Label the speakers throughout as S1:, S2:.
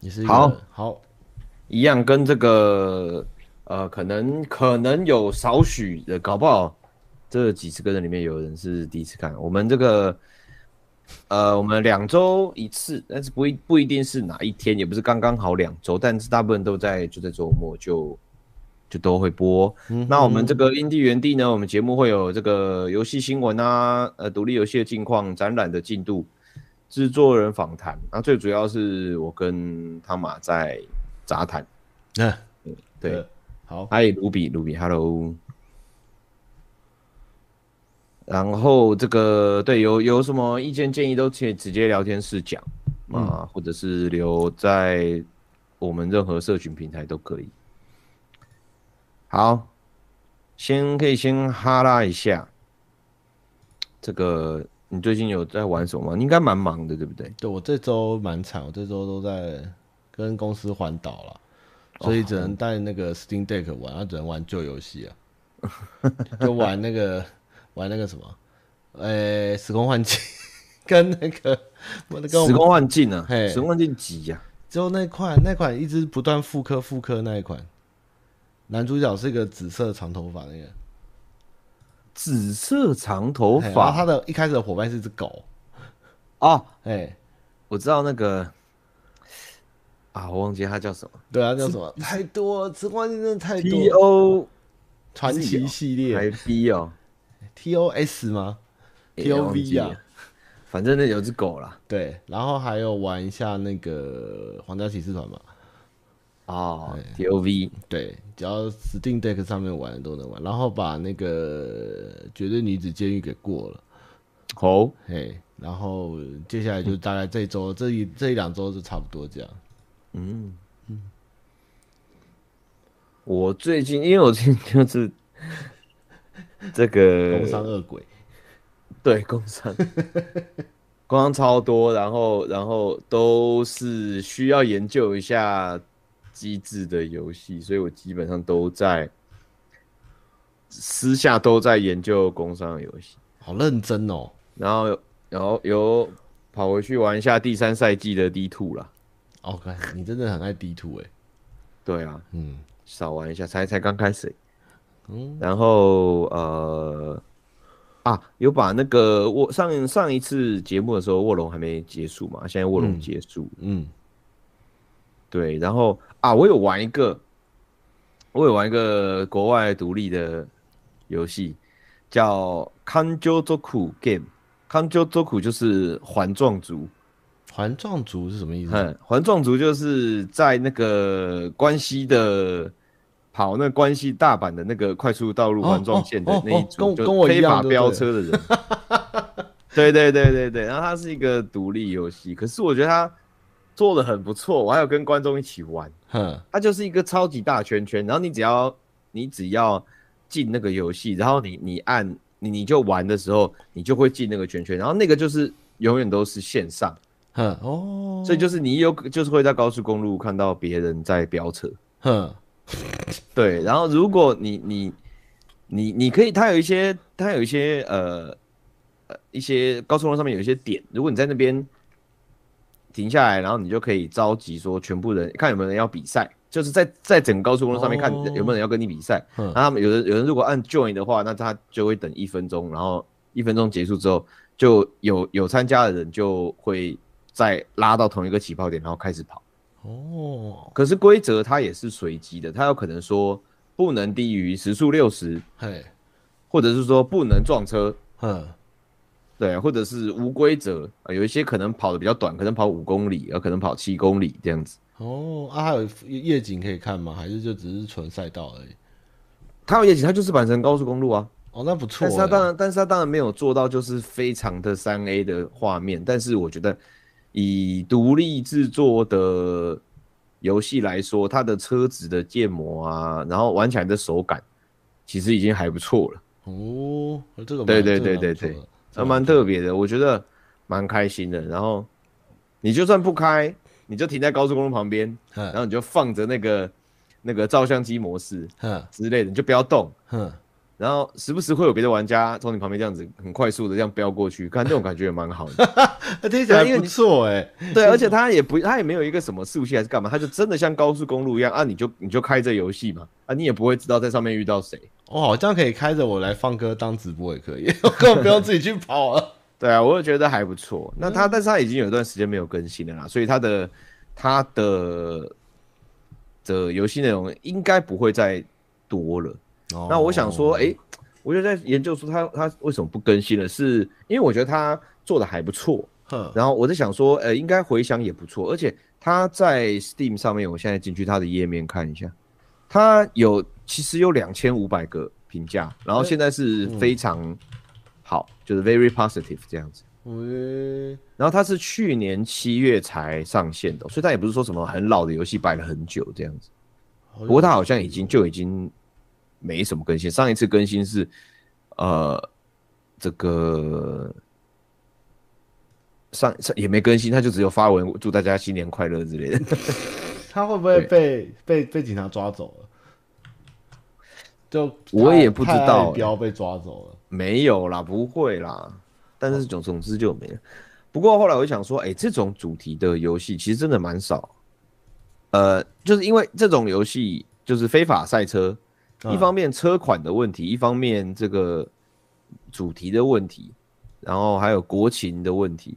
S1: 你是一
S2: 好
S1: 个好，
S2: 一样跟这个呃，可能可能有少许的，搞不好这几十个人里面有人是第一次看。我们这个呃，我们两周一次，但是不一不一定是哪一天，也不是刚刚好两周，但是大部分都在就在周末就就都会播。那我们这个印地原地呢，我们节目会有这个游戏新闻啊，呃，独立游戏的近况、展览的进度、制作人访谈。那最主要是我跟汤马在杂谈，
S1: 嗯、
S2: 对，
S1: 好，
S2: 嗨，卢比，卢比，Hello。然后这个对有有什么意见建议都可以直接聊天室讲啊，
S1: 嗯
S2: 或者是留在我们任何社群平台都可以。好，先可以先哈拉一下，这个你最近有在玩什么吗？你应该蛮忙的，对不对？
S1: 对我这周蛮惨，我这周都在跟公司环岛了，所以只能带那个 Steam Deck 玩，啊、只能玩旧游戏啊，就玩那个玩那个什么，呃、时空幻境跟那个我那
S2: 时
S1: 个
S2: 空幻境啊，
S1: 嘿
S2: 时空幻境几呀、
S1: 只有那款那款一直不断复刻复刻那一款，男主角是一个紫色长头发那个，
S2: 紫色长头
S1: 嘿然后
S2: 发
S1: 他的一开始的伙伴是只狗，
S2: 哦，
S1: 哎，
S2: 我知道那个啊，我忘记他叫什么
S1: 对啊，叫什么？太多了，时光真的太多
S2: T
S1: 了，
S2: O
S1: 传奇系列
S2: 还 B 哦
S1: T O S 吗？T
S2: 也
S1: O
S2: 哎忘
S1: V
S2: 记
S1: 啊
S2: 了，反正那有只狗啦。
S1: 对，然后还有玩一下那个皇家骑士团嘛，哎
S2: 哦，T O V
S1: 对，只要 Steam Deck 上面玩的都能玩，然后把那个绝对女子监狱给过了，
S2: 哦，
S1: 嘿，然后接下来就大概这一周、这一这一两周就差不多这样，
S2: 我最近因为我最近就是这个
S1: 工商恶鬼，
S2: 对工伤， 工伤超多，然后然后都是需要研究一下机制的游戏，所以我基本上都在私下都在研究工商的游戏。
S1: 好认真哦，
S2: 然后有然后有跑回去玩一下第三赛季的 D two 啦。
S1: 哦，干你真的很爱 D two 哎、
S2: 对啊，
S1: 嗯，
S2: 少玩一下，才才刚开始。
S1: 嗯，
S2: 然后呃啊，有把那个卧上上一次节目的时候，卧龙还没结束嘛，现在卧龙结束。
S1: 嗯，
S2: 对，然后啊，我有玩一个，我有玩一个国外独立的游戏，叫《康鸠周苦 Game》。康鸠周苦就是环状族，
S1: 环状族是什么意思？
S2: 嗯，环状族就是在那个关西的跑那关西大阪的那个快速道路
S1: 哦
S2: 环状线的那一
S1: 哦哦
S2: 组，
S1: 哦跟
S2: 就
S1: 跟我一
S2: 非
S1: 样
S2: 法飙车的人。对对对对对，然后它是一个独立游戏，可是我觉得它做的很不错，我还有跟观众一起玩，
S1: 哼，
S2: 它就是一个超级大圈圈，然后你只要你只要进那个游戏，然后你你按你你就玩的时候，你就会进那个圈圈，然后那个就是永远都是线上。
S1: 哼，哦，
S2: 所以就是你有就是会在高速公路看到别人在飙车，
S1: 哼，哦
S2: 对。然后如果你你你你可以，它有一些它有一些呃呃一些高速公路上面有一些点，如果你在那边停下来，然后你就可以召集说全部人看有没有人要比赛，就是在在整个高速公路上面看
S1: 哦
S2: 有没有人要跟你比赛。
S1: 嗯
S2: 然后他们有人有人如果按 join 的话，那他就会等一分钟，然后一分钟结束之后，就有有参加的人就会再拉到同一个起跑点，然后开始跑。
S1: 哦，
S2: 可是规则它也是随机的，它有可能说不能低于时速六十，
S1: 嘿，
S2: 或者是说不能撞车，嗯
S1: 哼，
S2: 对，或者是无规则、啊有一些可能跑的比较短，可能跑五公里，呃有可能跑七公里这样子。
S1: 哦，啊，还有夜景可以看吗？还是就只是纯赛道而已？
S2: 它也许它就是阪神高速公路啊，
S1: 哦，那不错、
S2: 但
S1: 欸。
S2: 是它当然，但是它当然没有做到就是非常的三 A 的画面，但是我觉得以独立制作的游戏来说，它的车子的建模啊，然后玩起来的手感，其实已经还不错了。
S1: 哦，这个蛮
S2: 对对
S1: 这个蛮
S2: 对对
S1: 不错的
S2: 对
S1: 这
S2: 还
S1: 个
S2: 蛮
S1: 不错
S2: 特别的，我觉得蛮开心的。然后你就算不开，你就停在高速公路旁边，然
S1: 哼
S2: 后你就放着那个那个照相机模式
S1: 哼
S2: 之类的，你就不要动。
S1: 哼，
S2: 然后时不时会有别的玩家从你旁边这样子很快速的这样飙过去，看那种感觉也蛮好的。
S1: 那听起来
S2: 对啊因为
S1: 不
S2: 你
S1: 错哎，
S2: 对，啊而且他也不，他也没有一个什么速限还是干嘛，他就真的像高速公路一样啊，你就你就开这游戏嘛，啊，你也不会知道在上面遇到谁。
S1: 我哦好像可以开着我来放歌当直播也可以， 我根本不用自己去跑了。
S2: 对啊，我也觉得还不错。那他，但是他已经有一段时间没有更新了啦，所以他的他的的游戏内容应该不会再多了。 那我想说，
S1: 哦
S2: 哎、我就在研究说他他为什么不更新了，是因为我觉得他做的还不错。
S1: 哼，
S2: 然后我在想说，呃，应该回响也不错，而且它在 Steam 上面，我现在进去它的页面看一下，它有其实有两千五百个评价，然后现在是非常好，就是 very positive 这样子。
S1: 喂，
S2: 然后它是去年七月才上线的，所以它也不是说什么很老的游戏摆了很久这样子。不过它好像已经就已经没什么更新，上一次更新是呃这个上上也没更新，它就只有发文祝大家新年快乐之类的。
S1: 他会不会
S2: 对
S1: 被被被警察抓走了？就
S2: 我
S1: 太
S2: 也不知
S1: 太爱
S2: 道欸
S1: 标被抓走了。
S2: 没有啦，不会啦，但是
S1: 哦
S2: 总总之就没了。不过后来我就想说，哎、这种主题的游戏其实真的蛮少，呃，就是因为这种游戏就是非法赛车，一
S1: 嗯
S2: 方面车款的问题，一方面这个主题的问题，然后还有国情的问题，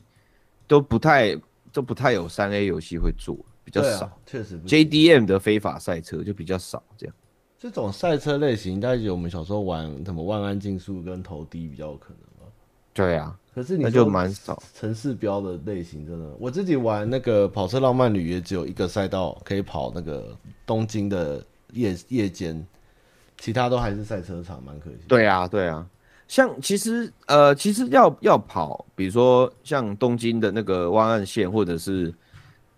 S2: 都不太都不太有三 A 游戏会做，比较
S1: 对
S2: 少。
S1: 啊，确实不行
S2: JDM 的非法赛车就比较少，这样
S1: 这种赛车类型，应该有我们小时候玩什么万安竞速跟投滴比较有可能吧。
S2: 对啊，
S1: 可是你
S2: 那就
S1: 说
S2: 蛮少。
S1: 城市标的类型真的，我自己玩那个跑车浪漫旅也只有一个赛道可以跑那个东京的夜夜间，其他都还是赛车场，蛮可惜。
S2: 对啊，对啊，像其实呃，其实要要跑，比如说像东京的那个湾岸线或者是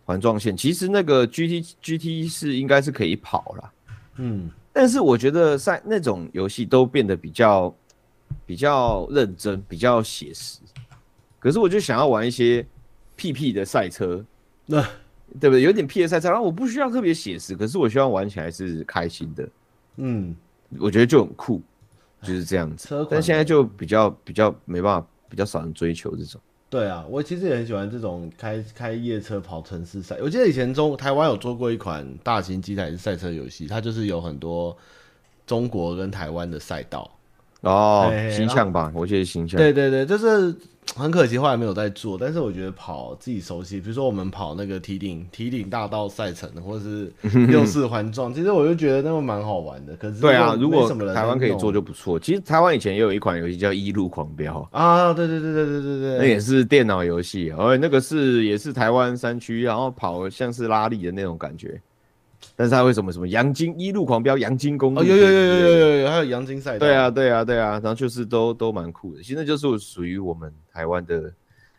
S2: 环状线，其实那个 GT GT E 是应该是可以跑啦。
S1: 嗯，
S2: 但是我觉得赛那种游戏都变得比较比较认真，比较写实。可是我就想要玩一些屁屁的赛车，
S1: 那、
S2: 对不对？有点屁的赛车，然后我不需要特别写实，可是我希望玩起来是开心的，
S1: 嗯，
S2: 我觉得就很酷，就是这样
S1: 车
S2: 子
S1: 款。
S2: 但现在就比较比较没办法，比较少人追求这种。
S1: 对啊，我其实也很喜欢这种开开夜车跑城市赛。我记得以前中台湾有做过一款大型机台赛车游戏，它就是有很多中国跟台湾的赛道。
S2: 哦
S1: 哎，
S2: 形象吧，我觉得形象。
S1: 对对对，就是很可惜后来没有在做，但是我觉得跑自己熟悉，比如说我们跑那个提顶提顶大道赛程，或者 是六四环状，其实我就觉得那个蛮好玩的。可是
S2: 对啊，
S1: 没
S2: 如果
S1: 什么人
S2: 台湾可以做
S1: 在弄
S2: 就不错。其实台湾以前也有一款游戏叫《一路狂飙》，
S1: 啊，对对对对对对
S2: 那
S1: 对，
S2: 也是电脑游戏，而那个是也是台湾山区，然后跑像是拉力的那种感觉。但是它为什么什么阳金一路狂飙阳金公路？
S1: 哦有有有有有有有，还有阳金赛道，
S2: 对啊对啊对啊，然后就是都都蛮酷的。现在就是属于我们台湾的，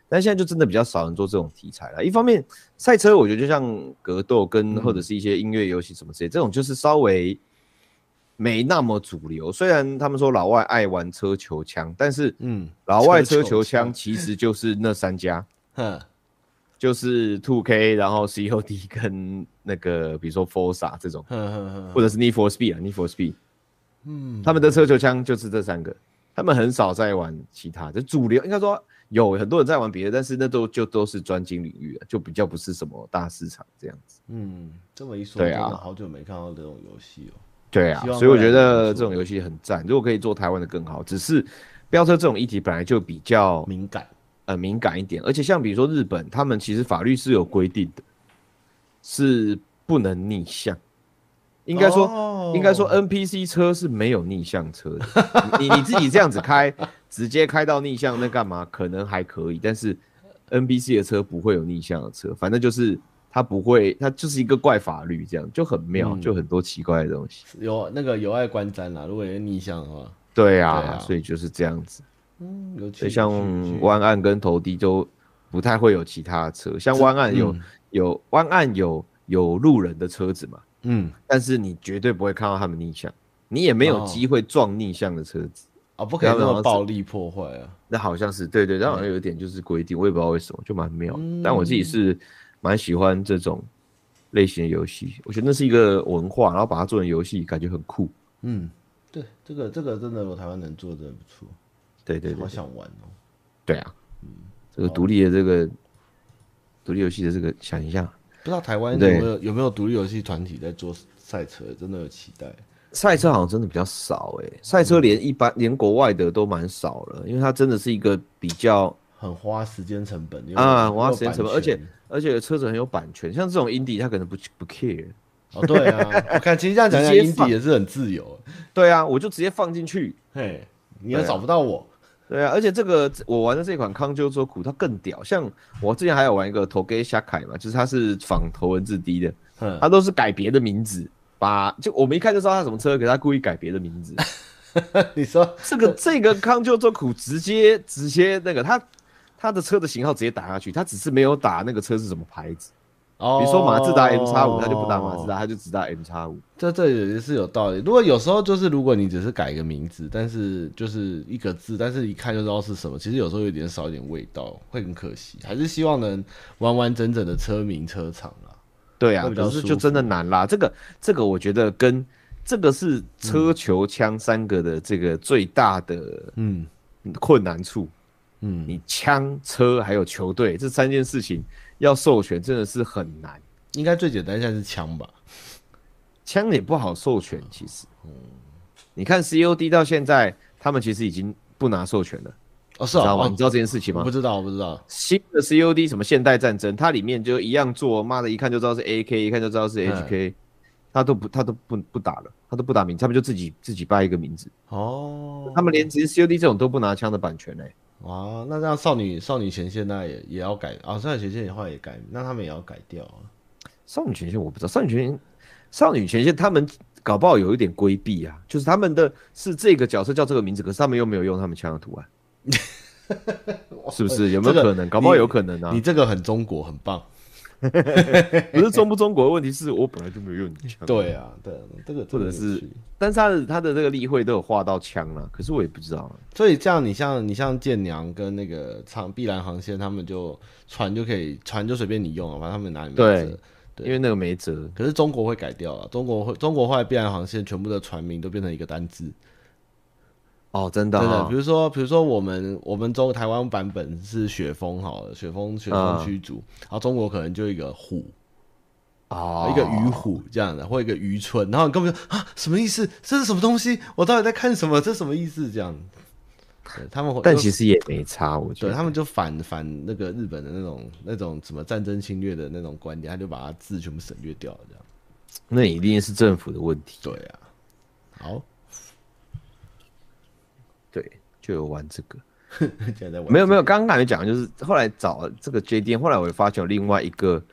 S2: 但现在就真的比较少人做这种题材了。一方面赛车，我觉得就像格斗跟或者是一些音乐游戏什么之类，这种就是稍微没那么主流。虽然他们说老外爱玩车球枪，但是
S1: 嗯，
S2: 老外车
S1: 球
S2: 球枪其实就是那三家，
S1: 哼，
S2: 就是 Two K，然后 COD 跟那个比如说 Forza 这种，
S1: 哼哼哼，
S2: 或者是 Need for Speed 啊，Need for Speed，嗯，他们的车球枪就是这三个，他们很少在玩其他的主流，应该说有很多人在玩别的，但是那都就都是专精领域了，就比较不是什么大市场这样子。
S1: 嗯，这么一说，
S2: 对
S1: 真
S2: 啊
S1: 的好久没看到这种游戏哦。
S2: 对啊
S1: 希，望
S2: 所以我
S1: 未来
S2: 觉
S1: 能
S2: 得
S1: 够
S2: 这种游戏很赞，如果可以做台湾的更好，只是飙车这种议题本来就比较
S1: 敏感，
S2: 呃敏感一点，而且像比如说日本，他们其实法律是有规定的，是不能逆向。应该说，
S1: 哦
S2: 应该说 NPC 车是没有逆向车 的。你你自己这样子开，直接开到逆向那干嘛？可能还可以，但是 NPC 的车不会有逆向的车，反正就是它不会，它就是一个怪法律，这样就很妙，
S1: 嗯
S2: 就很多奇怪的东西。
S1: 有那个有爱观瞻啦，如果有逆向的话，
S2: 对啊，
S1: 对啊
S2: 所以就是这样子。
S1: 嗯，有趣
S2: 所以
S1: 有趣有
S2: 像
S1: 趣
S2: 湾岸跟投递就不太会有其他的车，像湾岸有、有湾岸有有路人的车子嘛，
S1: 嗯
S2: 但是你绝对不会看到他们逆向，你也没有
S1: 哦
S2: 机会撞逆向的车子。
S1: 啊，不可以
S2: 他
S1: 那
S2: 们好
S1: 么
S2: 像
S1: 暴力破坏啊，
S2: 那好像是对对，那好像有一点就是规定，我也不知道为什么，就蛮妙的。但我自己是蛮喜欢这种类型的游戏，我觉得那是一个文化，然后把它做成游戏，感觉很酷。
S1: 嗯，对，这个这个真的，如果台湾能做，真的不错。
S2: 对对对
S1: 好想玩哦。
S2: 对啊，这个独立的这个独立游戏的这个，想一下，
S1: 不知道台湾有
S2: 对
S1: 没有有没有独立游戏团体在做赛车，真的有期待。
S2: 赛车好像真的比较少诶、赛车连一般连国外的都蛮少了，因为它真的是一个比较
S1: 很花时间成本因为
S2: 啊，
S1: 有
S2: 花时间成本，
S1: 版
S2: 而且而且车子很有版权，像这种 indie 它可能不不 care。
S1: 哦对啊，我看其实这样讲讲，
S2: 直接
S1: 英
S2: 放
S1: 迪也是很自由。
S2: 对啊，我就直接放进去。
S1: 嘿，你又
S2: 对啊
S1: 找不到我，
S2: 对啊，而且这个我玩的这款康鸠州谷它更屌，像我之前还有玩一个头给虾凯嘛，就是它是仿头文字 D 的，
S1: 嗯，
S2: 它都是改别的名字，把就我们一看就知道它什么车，可是它故意改别的名字。
S1: 你说
S2: 这个这个康丘州苦直接直接那个他他的车的型号直接打下去，他只是没有打那个车是什么牌子。
S1: 哦，
S2: 比如说马自达 M 叉五，他就不打马自达，他就只打 M 叉五。
S1: 这这也是有道理。如果有时候就是，如果你只是改一个名字，但是就是一个字，但是一看就知道是什么，其实有时候有点少一点味道，会很可惜。还是希望能完完整整的车名车厂啦。
S2: 对啊
S1: 会，比较
S2: 可是
S1: 舒
S2: 就真的
S1: 服
S2: 难啦。这个这个我觉得跟这个是车球枪三个的这个最大的
S1: 嗯
S2: 困难处。
S1: 嗯，
S2: 你枪、车还有球队这三件事情要授权真的是很难，
S1: 应该最简单现在是枪吧？
S2: 枪也不好授权。其实，
S1: 哦
S2: 你看 COD 到现在，他们其实已经不拿授权了。
S1: 哦，是
S2: 你知
S1: 啊，
S2: 道吗？
S1: 哦
S2: 你知道这件事情
S1: 我
S2: 吗
S1: 不？知道，我不知道。
S2: 新的 COD 什么现代战争，它里面就一样做，妈的，一看就知道是 AK，一看就知道是
S1: 嗯
S2: HK，他都不他都不不打了，他都不打名字，他们就自己自己掰一个名字，
S1: 哦，
S2: 他们连直接 COD 这种都不拿枪的版权嘞、
S1: 哇，那这样少女少女前线那也也要改啊、少女前线的话也改，那他们也要改掉啊。
S2: 少女前线我不知道，少女前线少女前线他们搞不好有一点规避啊，就是他们的是这个角色叫这个名字，可是他们又没有用他们枪的图 案。是不是有没有
S1: 这个
S2: 可能？搞不好
S1: 你
S2: 有可能啊
S1: 你！这个很中国，很棒。
S2: 不是中不中国的问题，是我本来就没有用你的枪。
S1: 对啊，对啊，这个这
S2: 或
S1: 个
S2: 者
S1: 有
S2: 是
S1: 趣
S2: 但是他的他的这个例会都有画到枪了，可是我也不知道啊。
S1: 所以这样，你像你像舰娘跟那个长碧蓝航线，他们就船就可以船就随便你用啊，反正他们拿你
S2: 对
S1: 名字。对
S2: 因为那个没辙。
S1: 可是中国会改掉了，中国会中国后来碧蓝航线全部的船名都变成一个单字，
S2: 哦，真的、
S1: 真
S2: 哦，
S1: 的。比如说比如说我们我们中台湾版本是雪峰好了，雪峰雪峰
S2: 嗯
S1: 驱逐，然后中国可能就一个虎，
S2: 哦，
S1: 一个鱼虎这样的，或一个渔村，然后你根本就啊什么意思？这是什么东西？我到底在看什么？这什么意思？这样，对他们会，
S2: 但其实也没差，我觉
S1: 对
S2: 得。
S1: 他们就反反那个日本的那种那种什么战争侵略的那种观点，他就把它字全部省略掉了，这样。
S2: 那一定是政府的问题。
S1: 对啊，好，
S2: 对，就有玩这个。
S1: 现在在 玩
S2: 没有没有，刚刚还没讲，就是后来找这个 JD，后来我也发现有另外一个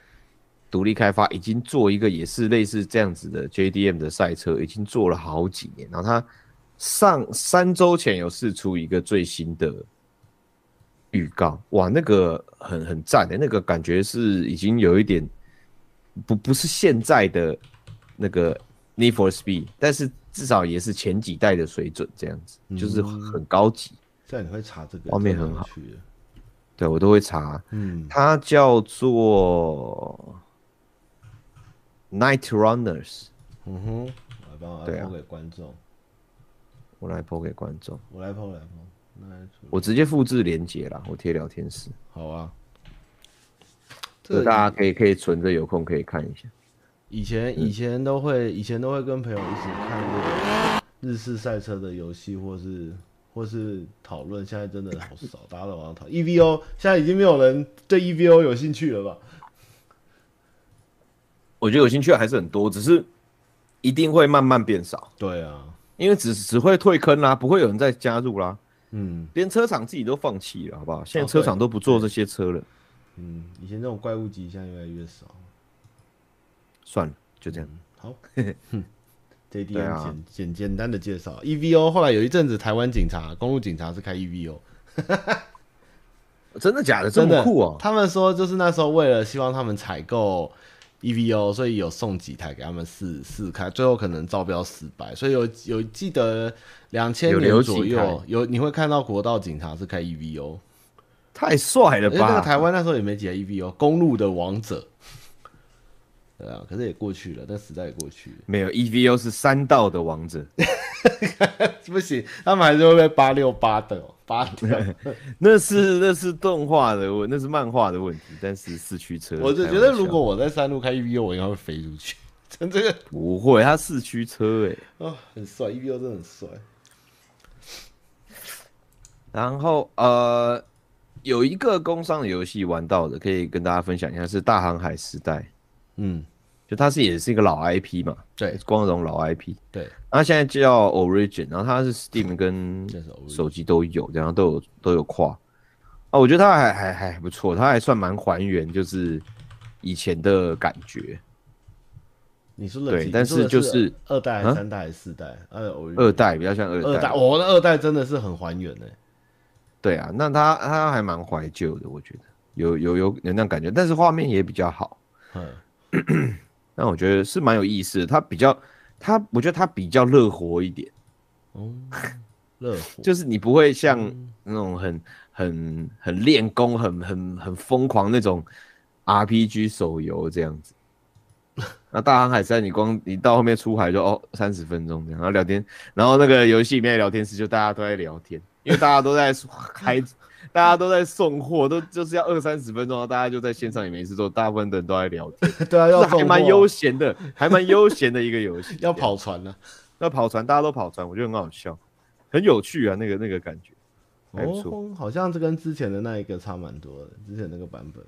S2: 独立开发已经做一个也是类似这样子的 JDM 的赛车，已经做了好几年。然后他上三周前有试出一个最新的预告，哇，那个很很赞欸的、那个感觉是已经有一点不不是现在的那个 Need for Speed，但是至少也是前几代的水准，这样子就是
S1: 嗯
S2: 很高级。
S1: 这样你会查这个，
S2: 画面
S1: 这样
S2: 很好
S1: 有趣的
S2: 对我都会查，
S1: 嗯，
S2: 它叫做 Night Runners，
S1: 嗯哼，我来帮我
S2: 对啊
S1: 抛给观众，
S2: 我来播给观众，
S1: 我来抛来抛，那来出
S2: 我直接复制链接啦，我贴聊天室，
S1: 好啊。
S2: 这个大家可以可以存着，有空可以看一下。
S1: 以前以前都会，以前都会跟朋友一起看那个日式赛车的游戏，或是或是讨论。现在真的好少，大家都玩讨 EVO，现在已经没有人对 EVO 有兴趣了吧？
S2: 我觉得有兴趣的还是很多，只是一定会慢慢变少，
S1: 对啊，
S2: 因为只只会退坑啦，不会有人再加入啦，
S1: 嗯
S2: 连车厂自己都放弃了，好不好？现在
S1: 哦
S2: 车厂都不做这些车了，
S1: 嗯，以前这种怪物级现在越来越少。
S2: 算了，就这样。
S1: 好，J D
S2: 对
S1: M
S2: 啊
S1: 简简简单的介绍 EVO，后来有一阵子台湾警察、公路警察是开 E EVO，
S2: 真的假的？这
S1: 真
S2: 么
S1: 的
S2: 酷哦！
S1: 他们说就是那时候为了希望他们采购 EVO，所以有送几台给他们试试开，最后可能招标失败，所以有有记得两千
S2: 有
S1: 年
S2: 留几
S1: 左右
S2: 台
S1: 有你会看到国道警察是开 EVO，
S2: 太帅了
S1: 而且那
S2: 吧！
S1: E 个台湾那时候也没几台 EVO，公路的王者，对啊，可是也过去了，那时代也过去了，
S2: 没有 EVO 是三道的王者，
S1: 不行，他们还是会被八六八的、哦，八掉。
S2: 那是那是动画的问，那是漫画的问题，但是四驱车，
S1: 我就
S2: 开
S1: 觉得
S2: 玩
S1: 如
S2: 笑
S1: 果我在山路开 EVO，我应该会飞出去。 真这个
S2: 不会，它四驱车哎、
S1: 哦，很帅，EVO 真的很帅。
S2: 然后呃，有一个工商的游戏玩到的，可以跟大家分享一下，是大航海时代，
S1: 嗯，
S2: 就它是也是一个老 IP 嘛，
S1: 对
S2: 光荣老 IP，
S1: 对，
S2: 它现在叫 Origin，然后它是 Steam 跟
S1: 这首
S2: 手机都有，然后都有都有跨。啊，我觉得它还还还不错，它还算蛮还原，就是以前的感觉。
S1: 你说冷
S2: 对
S1: 静，你
S2: 但
S1: 说
S2: 是
S1: 的
S2: 就是
S1: 二二代、还
S2: 啊
S1: 是三代、还是四代，呃，我
S2: 二代比较像二代，
S1: 二代，我、那二代真的是很还原欸呢、
S2: 对啊，那它它还蛮怀旧的，我觉得有有有有那种感觉，但是画面也比较好。
S1: 嗯，
S2: 那我觉得是蛮有意思的。他比较，他我觉得他比较乐活一点，
S1: 哦，热火，
S2: 就是你不会像
S1: 嗯
S2: 那种很很很练功、很很很疯狂那种 RPG 手游这样 子。那大航海赛，你光你到后面出海就哦三十分钟这样，然后聊天，然后那个游戏里面的聊天室就大家都在聊天，因为大家都在 开，大家都在送货，都就是要二三十分钟，然后大家就在线上也没事做，大部分的人都在聊天，
S1: 对啊，
S2: 就
S1: 要
S2: 是还
S1: 送
S2: 蛮
S1: 货啊，
S2: 悠闲的，还蛮悠闲的一个游戏
S1: 要跑船啊呢、
S2: 那跑船，大家都跑船，我觉得很好笑，很有趣啊，那个那个感觉 还不错。
S1: 哦，好像这跟之前的那一个差蛮多的，之前那个版本。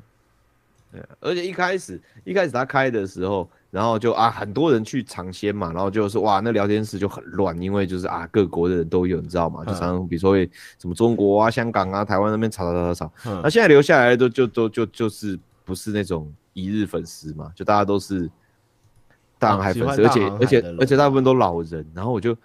S2: 对啊而且一开始一开始他开的时候，然后就啊很多人去尝鲜嘛，然后就是哇那聊天室就很乱，因为就是啊各国的人都有，你知道吗？就
S1: 嗯
S2: 常常比如说会什么中国啊、香港啊、台湾那边吵吵吵吵吵。
S1: 嗯
S2: 那现在留下来的都就都就就是不是那种一日粉丝嘛，就大家都是大航海粉丝，
S1: 啊喜欢
S2: 而
S1: 大
S2: 且
S1: 航海
S2: 而且
S1: 的人啊
S2: 而且大部分都老人。然后我就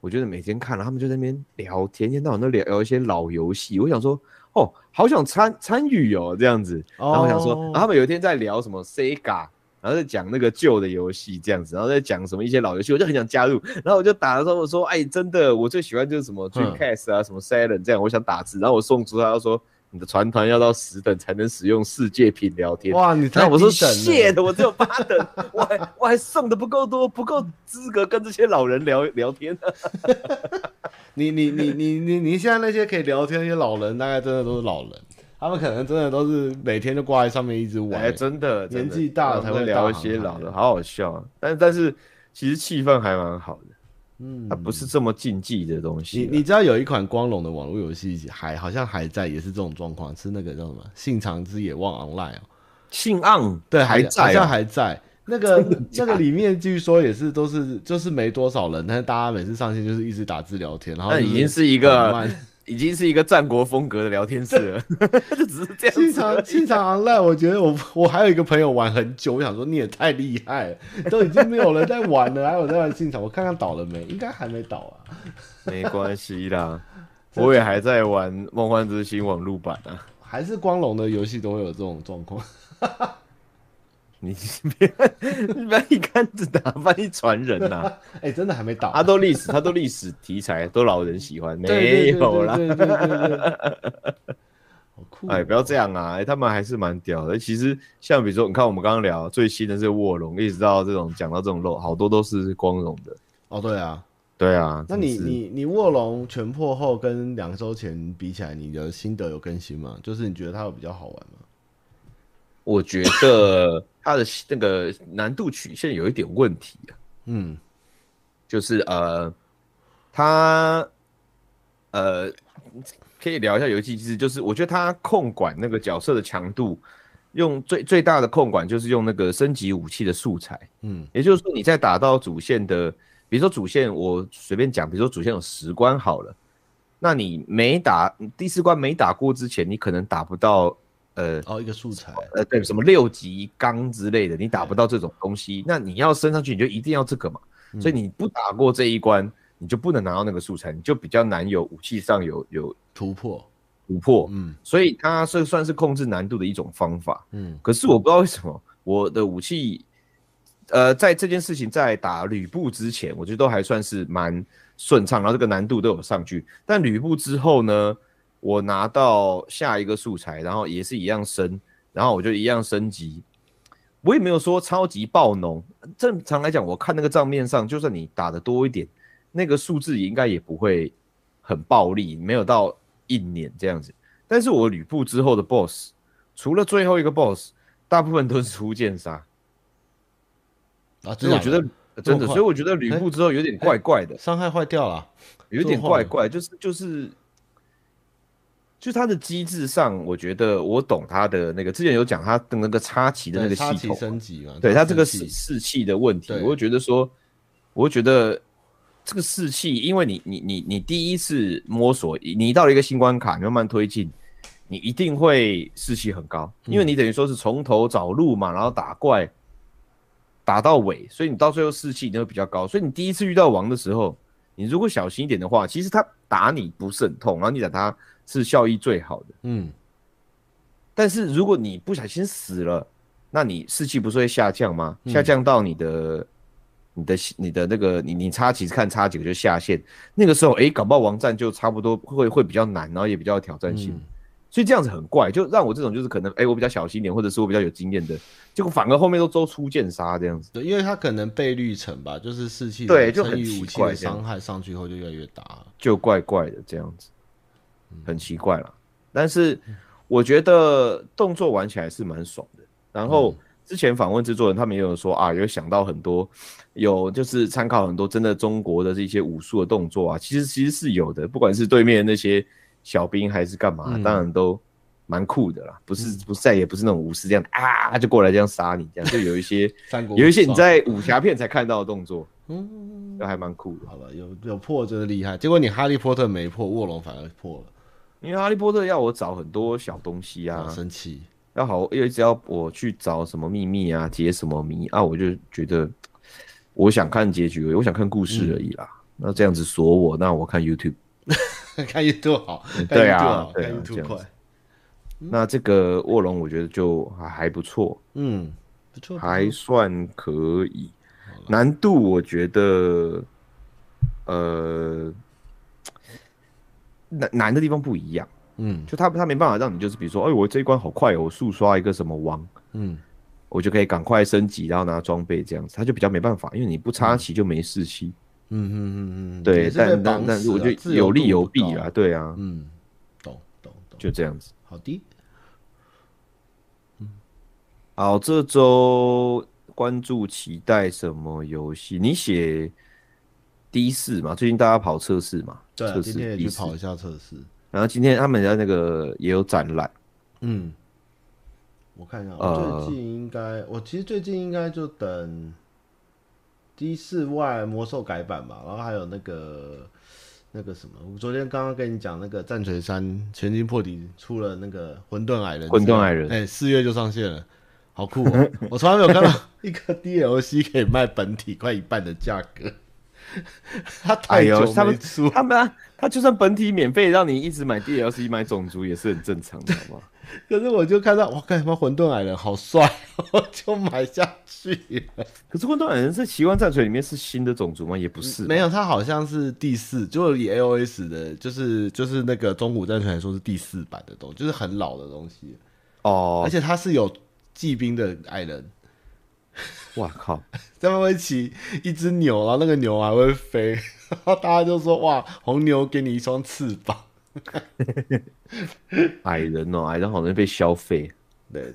S2: 我觉得每天看了他们就在那边聊天，一天到晚都聊聊一些老游戏，我想说哦，好想参参与哦这样子。然后我想说，啊
S1: 哦
S2: 然后他们有一天在聊什么 Sega。然后在讲那个旧的游戏这样子，然后在讲什么一些老游戏，我就很想加入。然后我就打的时候，我说：“哎，真的，我最喜欢就是什么
S1: 嗯
S2: Dreamcast 啊，什么 Silent 这样，我想打字。”然后我送出他，他说：“你的船团要到十等才能使用世界品聊天。”
S1: 哇，你
S2: 然
S1: 太
S2: 后我说
S1: 低等了
S2: 谢的，我只有八等，我还我还送的不够多，不够资格跟这些老人聊聊天、
S1: 你你你你你你现在那些可以聊天的那些老人，大概真的都是老人，他们可能真的都是每天就挂在上面一直玩。
S2: 哎，真的，真
S1: 年
S2: 的
S1: 纪大了才会
S2: 聊
S1: 大
S2: 一些老
S1: 航
S2: 的，
S1: 海
S2: 好好笑、啊。但但是其实气氛还蛮好的，
S1: 嗯
S2: 它不是这么禁忌的东西
S1: 你
S2: 啊、
S1: 你知道有一款光荣的网络游戏还好像还在，也是这种状况，是那个叫什么《信长之野望 Online》哦，
S2: 性暗
S1: 对，还
S2: 还
S1: 好
S2: 在、
S1: 像
S2: 啊，
S1: 还 在。那个那个里面据说也是都是就是没多少人，但是大家每次上线就是一直打字聊天，然后
S2: 那
S1: 就
S2: 已经是一个
S1: 很慢
S2: 已经是一个战国风格的聊天室 了，就只是这样
S1: 现
S2: 子 而
S1: 场
S2: 已。
S1: 现场 online，我觉得我我还有一个朋友玩很久，我想说你也太厉害了，都已经没有人在玩了，还有在玩现场，我看看倒了没，应该还没倒啊。
S2: 没关系 啦，我也还在玩《梦幻之星》网络版啊。
S1: 还是光荣的游戏都会有这种状况，
S2: 你别你不要一竿子打翻一船人呐、
S1: 哎、真的还没倒、
S2: 他都历史，他都历史题材，都老人喜欢，没
S1: 对对对
S2: 有啦。
S1: 对对对对对好酷、哦
S2: 哎，不要这样啊！哎他们还是蛮屌的。其实像比如说，你看我们刚刚聊最新的是卧龙，一直到这种讲到这种肉，好多都是光荣的。
S1: 哦，对啊，
S2: 对啊，
S1: 那你
S2: 真是
S1: 你你卧龙全破后跟两周前比起来，你的心得有更新吗？就是你觉得它有比较好玩吗？
S2: 我觉得它的那个难度曲线有一点问题啊，
S1: 嗯，
S2: 就是呃，它呃可以聊一下游戏机制，就是我觉得它控管那个角色的强度，用最最大的控管就是用那个升级武器的素材。
S1: 嗯，
S2: 也就是说你在打到主线的，比如说主线，我随便讲，比如说主线有十关好了，那你没打第四关没打过之前，你可能打不到呃
S1: 哦，一个素材，
S2: 呃对什么六级钢之类的，你打不到这种东西，那你要升上去你就一定要这个嘛，所以你不打过这一关，你就不能拿到那个素材，你就比较难有武器上有有
S1: 突破，
S2: 突破，
S1: 嗯
S2: 所以它是算是控制难度的一种方法。
S1: 嗯
S2: 可是我不知道为什么我的武器，呃，在这件事情在打吕布之前，我觉得都还算是蛮顺畅，然后这个难度都有上去。但吕布之后呢，我拿到下一个素材，然后也是一样升，然后我就一样升级。我也没有说超级爆农。正常来讲，我看那个账面上，就算你打的多一点，那个数字应该也不会很暴力，没有到一年这样子。但是我吕布之后的 BOSS，除了最后一个 BOSS，大部分都是初见杀，
S1: 啊，
S2: 所以我觉得呃真
S1: 这么
S2: 的，
S1: 快
S2: 所以我觉得吕布之后有点怪怪的，
S1: 伤害坏掉了，
S2: 有点
S1: 这么
S2: 怪
S1: 快
S2: 怪，就是就是。就它的机制上，我觉得我懂它的那个，之前有讲它的那个插旗的那
S1: 对
S2: 个
S1: 插
S2: 系
S1: 旗
S2: 统，
S1: 升级嘛，
S2: 对他这个
S1: 升
S2: 士
S1: 旗
S2: 士气的问题，
S1: 对
S2: 我会觉得说，我会觉得这个士气，因为你你你你第一次摸索，你到了一个新关卡，你慢慢推进，你一定会士气很高，因为你等于说是从头找路嘛，然后打怪打到尾，所以你到最后士气一定会比较高。所以你第一次遇到王的时候，你如果小心一点的话，其实他打你不是很痛，然后你打他是效益最好的。
S1: 嗯，
S2: 但是如果你不小心死了，那你士气不是会下降吗？下降到你的、你的、你的那个，你你差几次看差几个就下线。那个时候，哎、搞不好王战就差不多会会比较难，然后也比较有挑战性。
S1: 嗯
S2: 所以这样子很怪，就让我这种就是可能，哎、我比较小心一点，或者是我比较有经验的，结果反而后面都都出剑杀这样子。
S1: 对，因为他可能倍率乘吧，就是士气
S2: 对就
S1: 乘
S2: 很
S1: 以
S2: 奇
S1: 武器
S2: 怪
S1: 的
S2: 这样
S1: 伤害上去后就越来越大。
S2: 就怪怪的这样子，
S1: 嗯
S2: 很奇怪啦。但是我觉得动作玩起来是蛮爽的。然
S1: 嗯
S2: 后之前访问制作人，他们也有说啊，有想到很多，有就是参考很多真的中国的这些武术的动作啊，其实其实是有的，不管是对面那些小兵还是干嘛，
S1: 嗯
S2: 当然都蛮酷的啦。不是不是再也不是那种武士这样啊就过来这样杀你这样，就有 一些
S1: 三国
S2: 有一些你
S1: 爽
S2: 在武侠片才看到的动作，
S1: 嗯，
S2: 都还蛮酷的。
S1: 好吧，有有破真的厉害。结果你哈利波特没破，卧龙反而破了，
S2: 因为哈利波特要我找很多小东西啊，
S1: 好生气。
S2: 要好，因为只要我去找什么秘密啊，解什么谜啊，我就觉得我想看结局而已，我想看故事而已啦。
S1: 嗯
S2: 那这样子锁我，那我看 YouTube。
S1: 看 YouTube 好，看
S2: 对
S1: YouTube
S2: 啊
S1: 好
S2: 对啊
S1: 看
S2: 这
S1: YouTube
S2: 样子
S1: 快。
S2: 那这个卧龙，我觉得就还还不错，
S1: 嗯，不错，不
S2: 还
S1: 错
S2: 算可以。难度我觉得，呃，难难的地方不一样，
S1: 嗯
S2: 就他他没办法让你就是比如说，哎，我这一关好快哦，我速刷一个什么王，
S1: 嗯，
S2: 我就可以赶快升级，然后拿装备这样子，他就比较没办法，因为你不插旗就没士气。
S1: 嗯嗯嗯嗯，
S2: 对，
S1: 也是被
S2: 但但
S1: 绑
S2: 但
S1: 死
S2: 我
S1: 了
S2: 觉
S1: 自
S2: 得有利
S1: 度
S2: 有
S1: 不
S2: 弊
S1: 高
S2: 啊，对啊，
S1: 嗯，懂懂懂，
S2: 就这样子。
S1: 好的。
S2: 好，这周关注期待什么游戏？你写 D 四嘛？最近大家跑测试嘛？
S1: 对啊，
S2: 测
S1: 今
S2: 试
S1: 天也
S2: D
S1: 去
S2: 四。
S1: 跑一下测试。
S2: 然后今天他们家那个也有展览，
S1: 嗯，我看一下，我
S2: 呃
S1: 最近应该，我其实最近应该就等 D 四外魔兽改版吧，然后还有那个那个什么，我昨天刚刚跟你讲那个战锤三全军破敌出了那个混沌矮人，
S2: 混沌矮人
S1: 哎，四月就上线了。好酷哦！ 我从来没有看到一个 DLC 可以卖本体快一半的价格， 他
S2: 哎
S1: 太
S2: 呦
S1: 久
S2: 他
S1: 没
S2: 们
S1: 出
S2: 他们啊，他就算本体免费让你一直买 DLC 买种族也是很正常的， 好吗？
S1: 可是我就看到，哇，干什么混沌矮人好帅， 我就买下去了。
S2: 可是混沌矮人是奇幻战锤里面是新的种族吗？也不是吧，
S1: 没有，他好像是第四，就以 AOS 的，就是就是那个中古战锤来说是第四版的东西，就是很老的东西，
S2: 哦
S1: 而，且他是有骑兵的矮人，
S2: 哇靠！
S1: 他们会骑一只牛，然后那个牛还会飞， 然后大家就说哇，红牛给你一双翅膀。
S2: 矮人哦，矮人好容易被 消费，
S1: 对，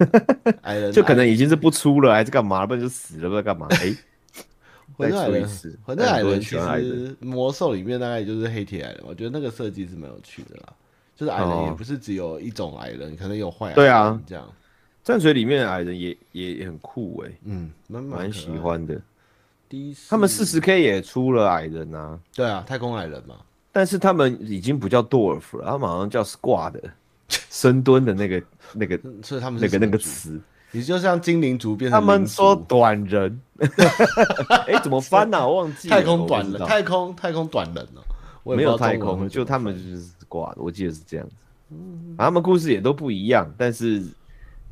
S1: 矮人
S2: 就可能已经是不出了，还是干嘛，不然就死了，不知道干嘛。 哎、
S1: 混沌
S2: 再
S1: 矮
S2: 出一
S1: 人
S2: 次，，哎
S1: 混沌矮
S2: 很多
S1: 人其
S2: 喜欢矮人
S1: 实魔兽里面大概也就是黑铁矮人，我觉得那个设计是蛮有趣的啦。就是矮人
S2: 哦
S1: 也不是只有一种矮人，可能有坏矮人
S2: 对啊
S1: 这样，
S2: 战锤里面的矮人也也也很酷哎、
S1: 嗯，蛮
S2: 蛮
S1: 可爱
S2: 喜
S1: 的。嗯
S2: 欢的。
S1: 第一，
S2: 他们四十 K 也出了矮人啊，
S1: 对啊，太空矮人嘛，
S2: 但是他们已经不叫 Dwarf 了，他们好像叫 Squad，深蹲的那个那个
S1: 嗯所以他们是
S2: 那个
S1: 什
S2: 那
S1: 么
S2: 个
S1: 族，
S2: 词，
S1: 你就像精灵族变成
S2: 他们
S1: 灵族
S2: 说短人。 哎、怎么翻呐、我忘记了
S1: 太空短
S2: 我不知
S1: 人，
S2: 道
S1: 太空太空短人哦，我也
S2: 没
S1: 不
S2: 有
S1: 知道
S2: 太
S1: 中文
S2: 空，
S1: 会
S2: 就
S1: 怎么嗯
S2: 他们就是 squad，我记得是这样子。啊他们故事也都不一样，但是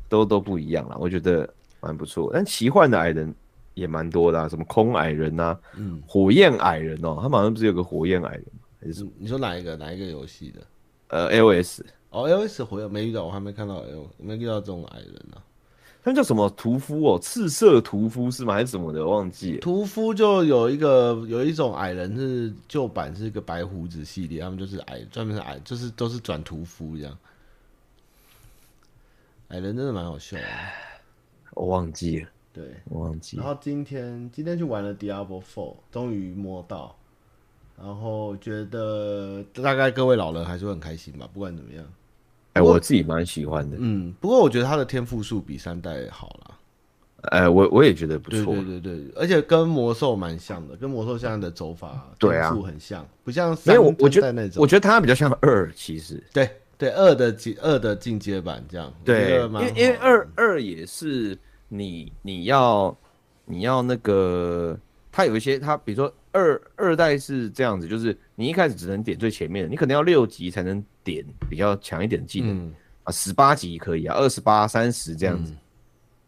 S2: 都都不一样啦，我觉得蛮不错。但奇幻的矮人也蛮多的、啊，什么空矮人啊，
S1: 嗯
S2: 火焰矮人哦，他们好像不是有个火焰矮人吗还是什么
S1: 翻，你说哪一个哪一个游戏的？
S2: 呃 LS，
S1: 哦，L S 回没遇到，我还没看到 L，没遇到这种矮人啊。
S2: 他们叫什么屠夫哦，赤色屠夫是吗？还是什么的？忘记了。
S1: 屠夫就有一个有一种矮人是旧版是一个白胡子系列，他们就是矮，专门是矮，就是都是转屠夫这样。矮人真的蛮好笑的，
S2: 我忘记了，
S1: 对。
S2: 我忘记
S1: 然
S2: 了。
S1: 后今天今天去玩了 Diablo Four，终于摸到，然后觉得大概各位老人还是会很开心吧，不管怎么样。
S2: 哎、我自己蛮喜欢的。
S1: 嗯，不过我觉得他的天赋数比三代好啦。
S2: 哎、我我也觉得不
S1: 对
S2: 错。
S1: 对对对，而且跟魔兽蛮像的，跟魔兽现在的走法
S2: 对啊
S1: 天赋很像，不像
S2: 没
S1: 三
S2: 有，我我觉
S1: 三代那，
S2: 得
S1: 种
S2: 我觉得它比较像二，其实。
S1: 对对二的进二的进阶版这样，我觉
S2: 对，
S1: 得
S2: 因
S1: 蛮
S2: 为
S1: 好
S2: 因为
S1: 的
S2: 二二也是你你要你要那个，它有一些它，比如说二二代是这样子，就是你一开始只能点最前面的，你可能要六级才能点比较强一点的技能、
S1: 嗯
S2: 啊，十八级可以啊，二十八、三十这样子。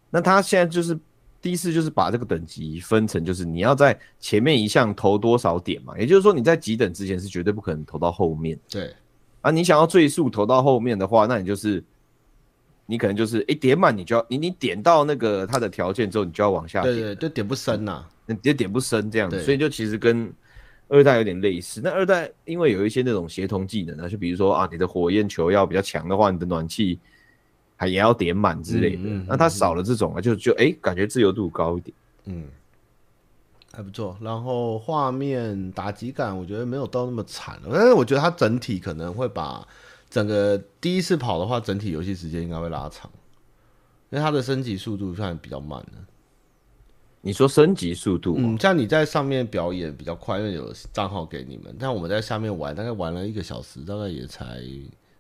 S2: 那它现在就是第一次就是把这个等级分成，就是你要在前面一项投多少点嘛，也就是说你在几等之前是绝对不可能投到后面。
S1: 对
S2: 啊，你想要最速投到后面的话，那你就是，你可能就是一点满，你就要你你点到那个它的条件之后，你就要往下
S1: 对
S2: 点，
S1: 对就点不深呐，
S2: 你也点不深这样子，
S1: 对
S2: 所以就其实跟二代有点类似。那二代因为有一些那种协同技能啊，就比如说啊，你的火焰球要比较强的话，你的暖气还也要点满之类的。
S1: 嗯嗯嗯
S2: 那它少了这种啊，就就哎、感觉自由度高一点。
S1: 嗯，还不错。然后画面打击感，我觉得没有到那么惨，但是我觉得它整体可能会把整个第一次跑的话，整体游戏时间应该会拉长，因为它的升级速度算比较慢的。
S2: 你说升级速度、
S1: 嗯，像你在上面表演比较快，因为有账号给你们。但我们在下面玩，大概玩了一个小时，大概也才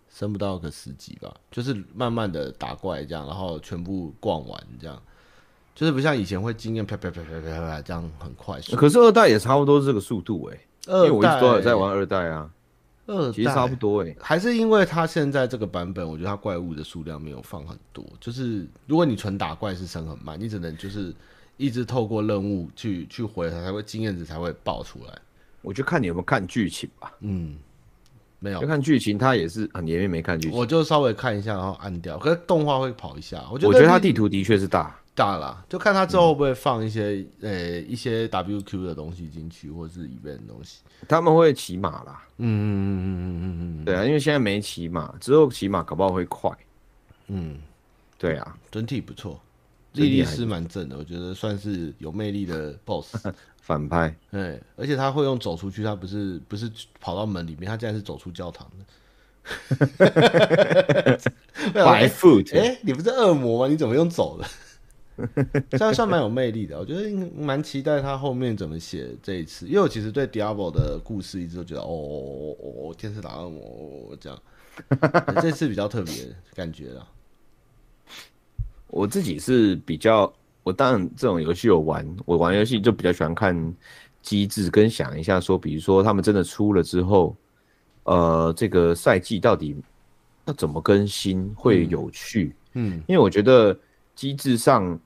S1: 升不到个十级吧。就是慢慢的打怪这样，然后全部逛完这样，就是不像以前会经验啪啪啪啪啪啪这样很快速。
S2: 啊可是二代也差不多是这个速度哎、因为我
S1: 二
S2: 一直
S1: 代
S2: 都有在，玩二代啊，
S1: 二代
S2: 其实差不多哎、
S1: 还是因为它现在这个版本，我觉得它怪物的数量没有放很多。就是如果你纯打怪是升很慢，你只能就是一直透过任务去去回它才会经验值才会爆出来。
S2: 我就看你有没有看剧情吧。
S1: 嗯，没有
S2: 要，看剧情，他也是很也没看剧情。
S1: 我就稍微看一下，然后按掉。可是动画会跑一下，我觉得
S2: 我觉得他地图的确是大，
S1: 大啦，就看他之后会不会放一些呃、一些 WQ 的东西进去，或是 event 的东西。
S2: 他们会骑马啦，
S1: 嗯嗯嗯嗯嗯嗯
S2: 对啊，因为现在没骑马，之后骑马搞不好会快。
S1: 嗯，
S2: 对啊，
S1: 整体不错，
S2: 整
S1: 莉
S2: 体
S1: 莉
S2: 还
S1: 丝蛮正的，我觉得算是有魅力的 BOSS。
S2: 反派
S1: 对，而且他会用走出去，他不是不是跑到门里面，他竟然是走出教堂的。
S2: 白 foot，
S1: 哎、你不是恶魔吗？你怎么用走的？这样算蛮有魅力的，我觉得应该蛮期待他后面怎么写这一次，因为我其实对 Diablo 的故事一直都觉得哦哦哦哦，天使打恶魔哦哦哦这样，这次比较特别感觉了。
S2: 我自己是比较，我当然这种游戏有玩，我玩游戏就比较喜欢看机制跟想一下说，比如说他们真的出了之后，呃，这个赛季到底要怎么更新会有趣？
S1: 嗯
S2: 因为我觉得机制上，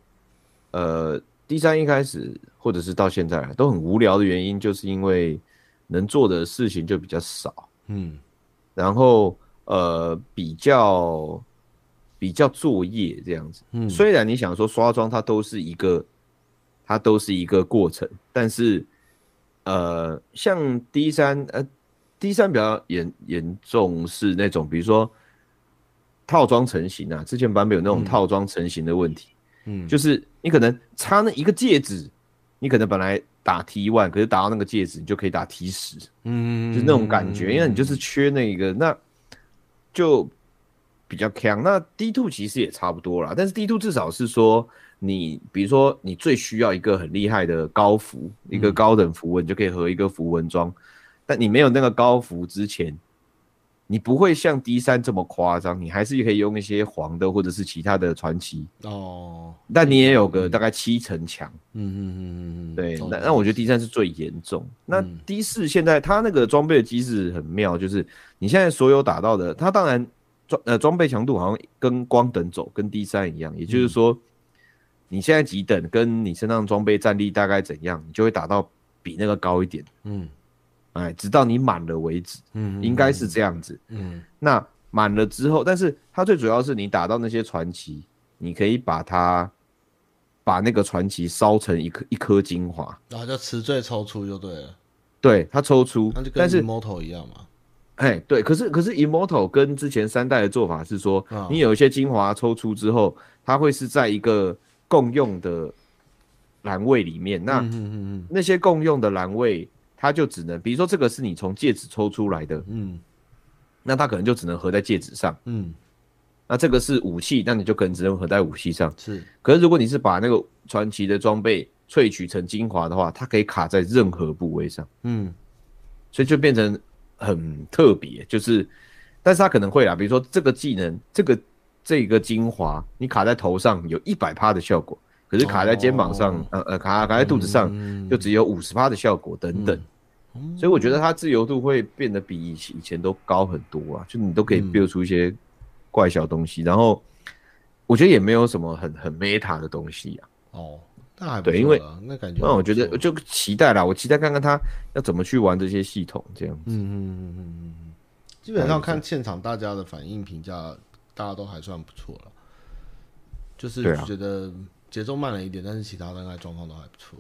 S2: 呃，第三一开始或者是到现在都很无聊的原因，就是因为能做的事情就比较少，
S1: 嗯
S2: 然后呃比较比较作业这样子。
S1: 嗯
S2: 虽然你想说刷装它都是一个它都是一个过程，但是呃像 D 三呃 D 三比较严严重是那种比如说套装成型啊，之前版本有那种套装成型的问题，
S1: 嗯，
S2: 就是你可能插那一个戒指，你可能本来打 T one，可是打到那个戒指你就可以打 T 十，
S1: 嗯
S2: 就是那种感觉，因为你就是缺那个，那就比较强。那 D two 其实也差不多啦，但是 D two 至少是说你，比如说你最需要一个很厉害的高符，一个高等符文，你就可以合一个符文装。但你没有那个高符之前，你不会像 D 三这么夸张，你还是可以用一些黄的或者是其他的传奇，
S1: 哦，
S2: 但你也有个大概七成强。
S1: 嗯嗯嗯嗯嗯，
S2: 对，
S1: 懂
S2: 那
S1: 懂
S2: 那我觉得 D 三是最严重。那
S1: 嗯
S2: D 四现在它那个装备的机制很妙，就是你现在所有打到的，它当然装呃装备强度好像跟光等走，跟 D 三一样，也
S1: 嗯
S2: 就是说、你现在几等，跟你身上装备战力大概怎样，你就会打到比那个高一点，
S1: 嗯
S2: 哎，直到你满了为止，
S1: 嗯
S2: 应该是这样子。
S1: 嗯
S2: 那满了之后，但是它最主要是你打到那些传奇，你可以把它把那个传奇烧成一颗一颗精华，
S1: 然后就词缀抽出就对了，
S2: 对它抽出
S1: 那就，跟
S2: 但是
S1: Moto 一样嘛。
S2: 哎，对，可是可是 Immortal 跟之前三代的做法是说，
S1: 啊
S2: 你有一些精华抽出之后，它会是在一个共用的栏位里面，那、
S1: 嗯嗯
S2: 那些共用的栏位，它就只能，比如说这个是你从戒指抽出来的，
S1: 嗯
S2: 那它可能就只能合在戒指上；
S1: 嗯嗯，
S2: 那这个是武器，那你就可能只能合在武器上。
S1: 是
S2: 可是如果你是把那个传奇的装备萃取成精华的话，它可以卡在任何部位上，
S1: 嗯
S2: 所以就变成很特别。就是，但是它可能会啦，啊比如说这个技能，这个这个精华，你卡在头上有一百趴的效果，可是卡在肩膀上，
S1: 哦
S2: 呃呃，卡卡在肚子上、
S1: 嗯
S2: 就只有五十趴的效果等等。
S1: 嗯
S2: 所以我觉得它自由度会变得比以前以前都高很多啊，就你都可以
S1: 嗯
S2: build 出一些怪小东西，然后我觉得也没有什么很很 meta 的东西啊。
S1: 哦，那还不
S2: 对
S1: 错
S2: 因为
S1: 啦那感觉
S2: 那我觉
S1: 还
S2: 得
S1: 不错
S2: 就期待啦，我期待看看他要怎么去玩这些系统，这样
S1: 嗯嗯嗯嗯嗯嗯，基本上看现场大家的反应评价，大家都还算不错了，就是
S2: 对啊
S1: 觉得节奏慢了一点，但是其他大概状况都还不错。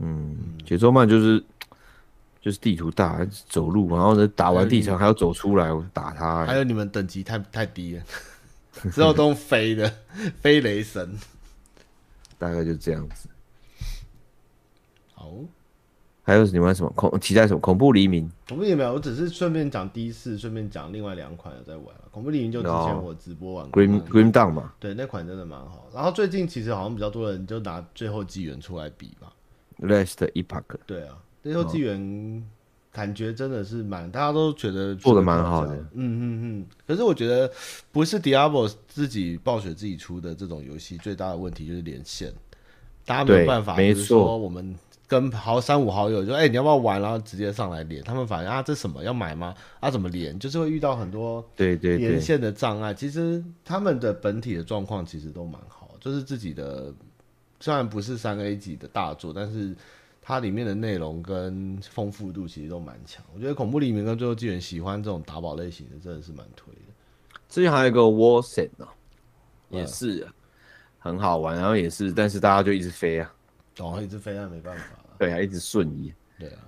S2: 嗯，节奏慢就是就是地图大走路，然后呢打完地层还要走出来，我打他、
S1: 还有你们等级太太低了， 之后都用飞的 飞雷神。
S2: 大概就这样子。
S1: 好，我
S2: 还有你玩什么恐期待什么恐怖黎明？
S1: 们也没有，我只是顺便讲第一次，顺便讲另外两款有在玩了。恐怖黎明就之
S2: 哦
S1: 前我直播玩过
S2: Grim
S1: 嘛
S2: Grim Down 嘛，
S1: 对那款真的蛮好。然后最近其实好像比较多人就拿最后纪元出来比吧。
S2: Last Epoch
S1: 对啊，最后纪
S2: 嗯
S1: 元感觉真的是蛮，大家都觉得
S2: 做得蛮好的
S1: 这个嗯嗯嗯。可是我觉得不是 Diablo 自己暴雪自己出的这种游戏，最大的问题就是连线，大家没有
S2: 对
S1: 办法，
S2: 没
S1: 比如
S2: 错
S1: 说我们。跟好三五好友就哎、你要不要玩？然后直接上来连，他们反正啊这什么要买吗？啊怎么连？就是会遇到很多
S2: 对对对
S1: 连，线的障碍，其实他们的本体的状况其实都蛮好，就是自己的虽然不是三 A 级的大作，但是它里面的内容跟丰富度其实都蛮强。我觉得恐怖黎明跟最后纪元喜欢这种打宝类型的真的是蛮推的。
S2: 之前还有一个 Warsen 哦，
S1: 嗯
S2: 也是很好玩，然后也是，但是大家就一直飞啊，
S1: 哦，一直飞那没办法了，
S2: 对啊，一直瞬移，
S1: 对啊。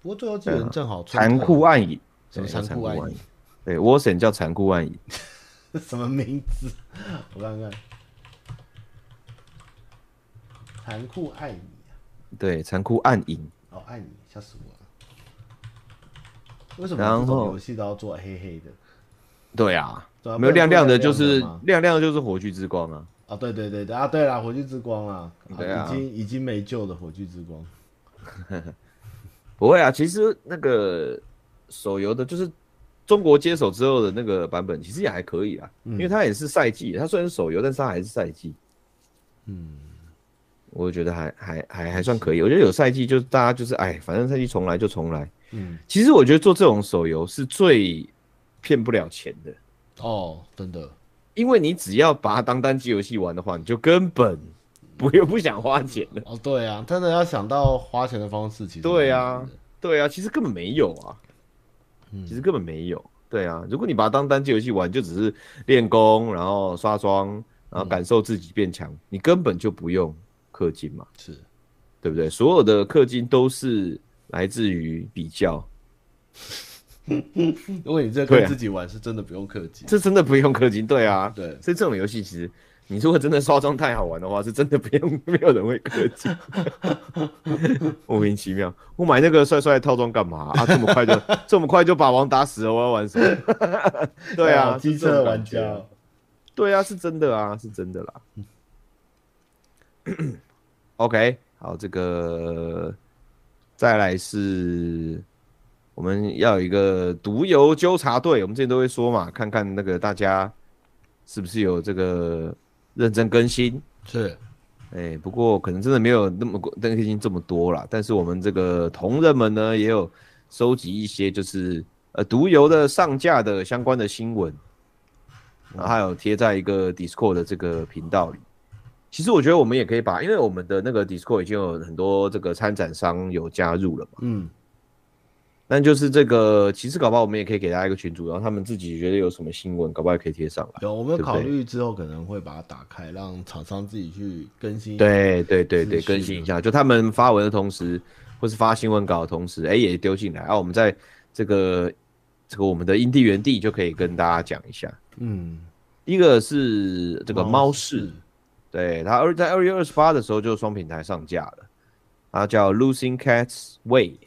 S1: 不过最后纪元正好穿
S2: 残
S1: 透
S2: 酷啊暗影，
S1: 什么
S2: 对叫
S1: 残酷暗影？
S2: 对，Warsen 叫残酷暗影，
S1: 什么名字？ 我看看，残酷爱你啊
S2: 对，残酷暗影，
S1: 哦，爱你，吓死我了！为什么
S2: 然
S1: 这种
S2: 后
S1: 游戏都要做黑黑的？
S2: 对啊
S1: 对啊，
S2: 没有亮亮的就
S1: 不能
S2: 是
S1: 说
S2: 亮亮的就是火炬之光啊，
S1: 啊，对对对对啊，对啦，火炬之光啊，
S2: 对啊
S1: 已经已经没救的火炬之光，
S2: 不会啊，其实那个手游的就是。中国接手之后的那个版本其实也还可以啊，
S1: 嗯
S2: 因为它也是赛季，它虽然是手游，但是它还是赛季。嗯，我觉得还还还还算可以。我觉得有赛季就是大家就是哎，反正赛季重来就重来。
S1: 嗯，
S2: 其实我觉得做这种手游是最骗不了钱的，
S1: 哦，真的，
S2: 因为你只要把它当单机游戏玩的话，你就根本不又不想花钱了。
S1: 哦，对啊，真的要想到花钱的方式，其实
S2: 对啊
S1: 蛮难的，
S2: 对啊，其实根本没有啊，其实根本没有。对啊，如果你把它当单机游戏玩，就只是练功，然后刷装，然后感受自己变强，你根本就不用氪金嘛，
S1: 是
S2: 对不对？所有的氪金都是来自于比较，
S1: 如果你这
S2: 对
S1: 跟
S2: 啊
S1: 自己玩，是真的不用氪金，
S2: 这真的不用氪金。对啊，
S1: 对，
S2: 所以这种游戏其实。你如果真的刷装太好玩的话，是真的不用 没有人会氪金， 莫名其妙。我买那个帅帅的套装干嘛啊？这么快就这么快就把王打死了，我要玩什么？ 对啊，
S1: 机
S2: 是这种
S1: 车玩
S2: 感觉
S1: 家
S2: 啊，对啊，是真的啊，是真的啦。OK，好，这个再来是我们要有一个毒油纠察队，我们之前都会说嘛，看看那个大家是不是有这个认真更新。
S1: 是
S2: 哎、不过可能真的没有那么过更新这么多啦。但是我们这个同仁们呢，也有收集一些就是呃毒油的上架的相关的新闻，然后还有贴在一个 Discord 的这个频道里。其实我觉得我们也可以把，因为我们的那个 Discord 已经有很多这个参展商有加入了嘛，
S1: 嗯，
S2: 但就是这个，其实搞不好我们也可以给大家一个群组，然后他们自己觉得有什么新闻，搞不好也可以贴上来。
S1: 有我们有
S2: 对不
S1: 考
S2: 对
S1: 虑之后可能会把它打开，让厂商自己去更新。，
S2: 对对对对，
S1: 资讯
S2: 更新一下，就他们发文的同时，或是发新闻稿的同时，哎、也丢进来啊。我们在这个这个我们的因地原地就可以跟大家讲一下。
S1: 嗯，
S2: 一个是这
S1: 哦
S2: 个猫式，
S1: 式
S2: 对它二在二月二十八的时候就双平台上架了，它叫 Losing Cats Way，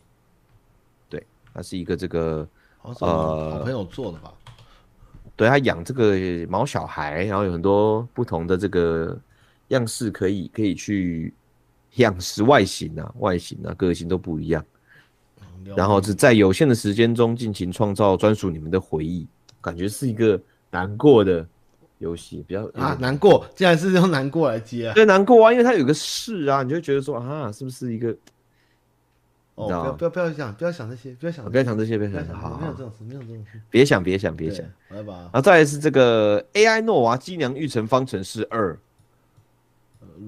S2: 对，它是一个这个
S1: 好像是我们
S2: 呃
S1: 哦好朋友做的吧？
S2: 对他养这个毛小孩，然后有很多不同的这个样式可以可以去样式外形啊、外形啊、个性都不一样。
S1: 嗯
S2: 然后是在有限的时间中尽情创造专属你们的回忆，感觉是一个难过的游戏，比较
S1: 啊
S2: 啊，，
S1: 难过，竟然是用难过来接啊！
S2: 对难过啊，因为它有个事啊，你就会觉得说啊，是不是一个？
S1: 哦，
S2: 你知道
S1: 不要不要不要想，不要想这些，不要想
S2: 我
S1: 这
S2: 不要
S1: 些，
S2: 想这些，不要
S1: 不要
S2: 想，
S1: 想
S2: 好
S1: 这些，
S2: 好
S1: 没有
S2: 好
S1: 这，种事，没有这种事。
S2: 别想，别想，别想
S1: 对。，我要把
S2: 然后再来是这个 AI 诺娃机娘育成方程式二，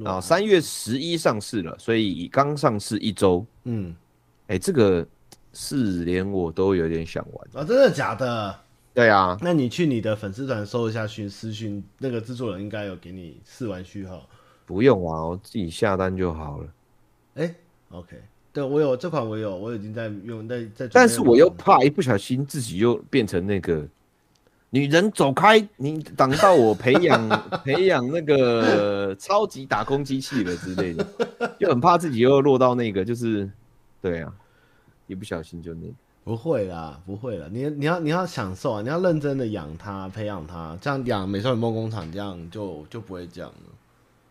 S1: 它
S2: 啊，，三月十一上市了，所以刚上市一周。
S1: 嗯，
S2: 哎、这个是连我都有点想玩。
S1: 啊，真的假的？
S2: 对啊，
S1: 那你去你的粉丝团搜一下讯私讯，那个制作人应该有给你试玩序号。
S2: 不用玩，我自己下单就好了。
S1: 哎、o k 对我有这款，我有，我已经在用，在在。
S2: 但是我又怕一不小心自己又变成那个女人走开，你挡到我培 养培养那个超级打工机器了之类的，又很怕自己又落到那个，就是对啊，一不小心就那个。
S1: 不会啦，不会啦，你你要你要享受啊，你要认真的养它，培养它，这样养美少女梦工厂，这样就就不会这样了。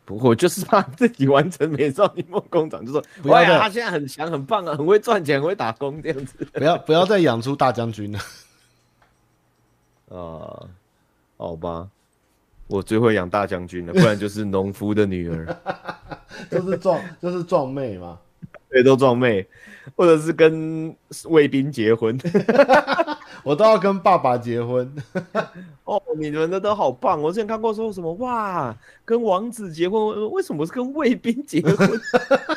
S2: 不过我就是怕自己完成美少女梦工厂，就说
S1: 不要
S2: 哎呀，
S1: 再
S2: 他现在很强很棒啊，很会赚钱，很会打工这样 子。
S1: 不要不要再养出大将军了。哦
S2: 啊，好吧，我最会养大将军了，不然就是农夫的女儿，
S1: 就是壮，就是壮妹嘛。
S2: 对，都壮妹，或者是跟卫兵结婚。
S1: 我都要跟爸爸结婚，
S2: 哦，你们的都好棒！哦我之前看过说什么哇，跟王子结婚，呃为什么是跟卫兵结婚？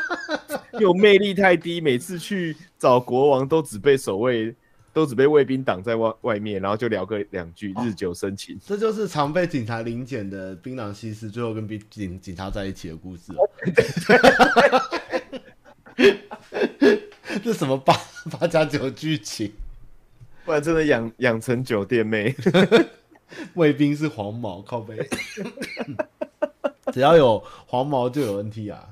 S2: 有魅力太低，每次去找国王都只被守卫，都只被卫兵挡在外外面，然后就聊个两句，日久生情。
S1: 这就是常被警察临检的槟榔西施，最后跟警警警察在一起的故事、啊。 这什么八八加九剧情？
S2: 不然真的养养成酒店妹。
S1: 卫兵是黄毛，靠背。 只要有黄毛就有 NT 啊！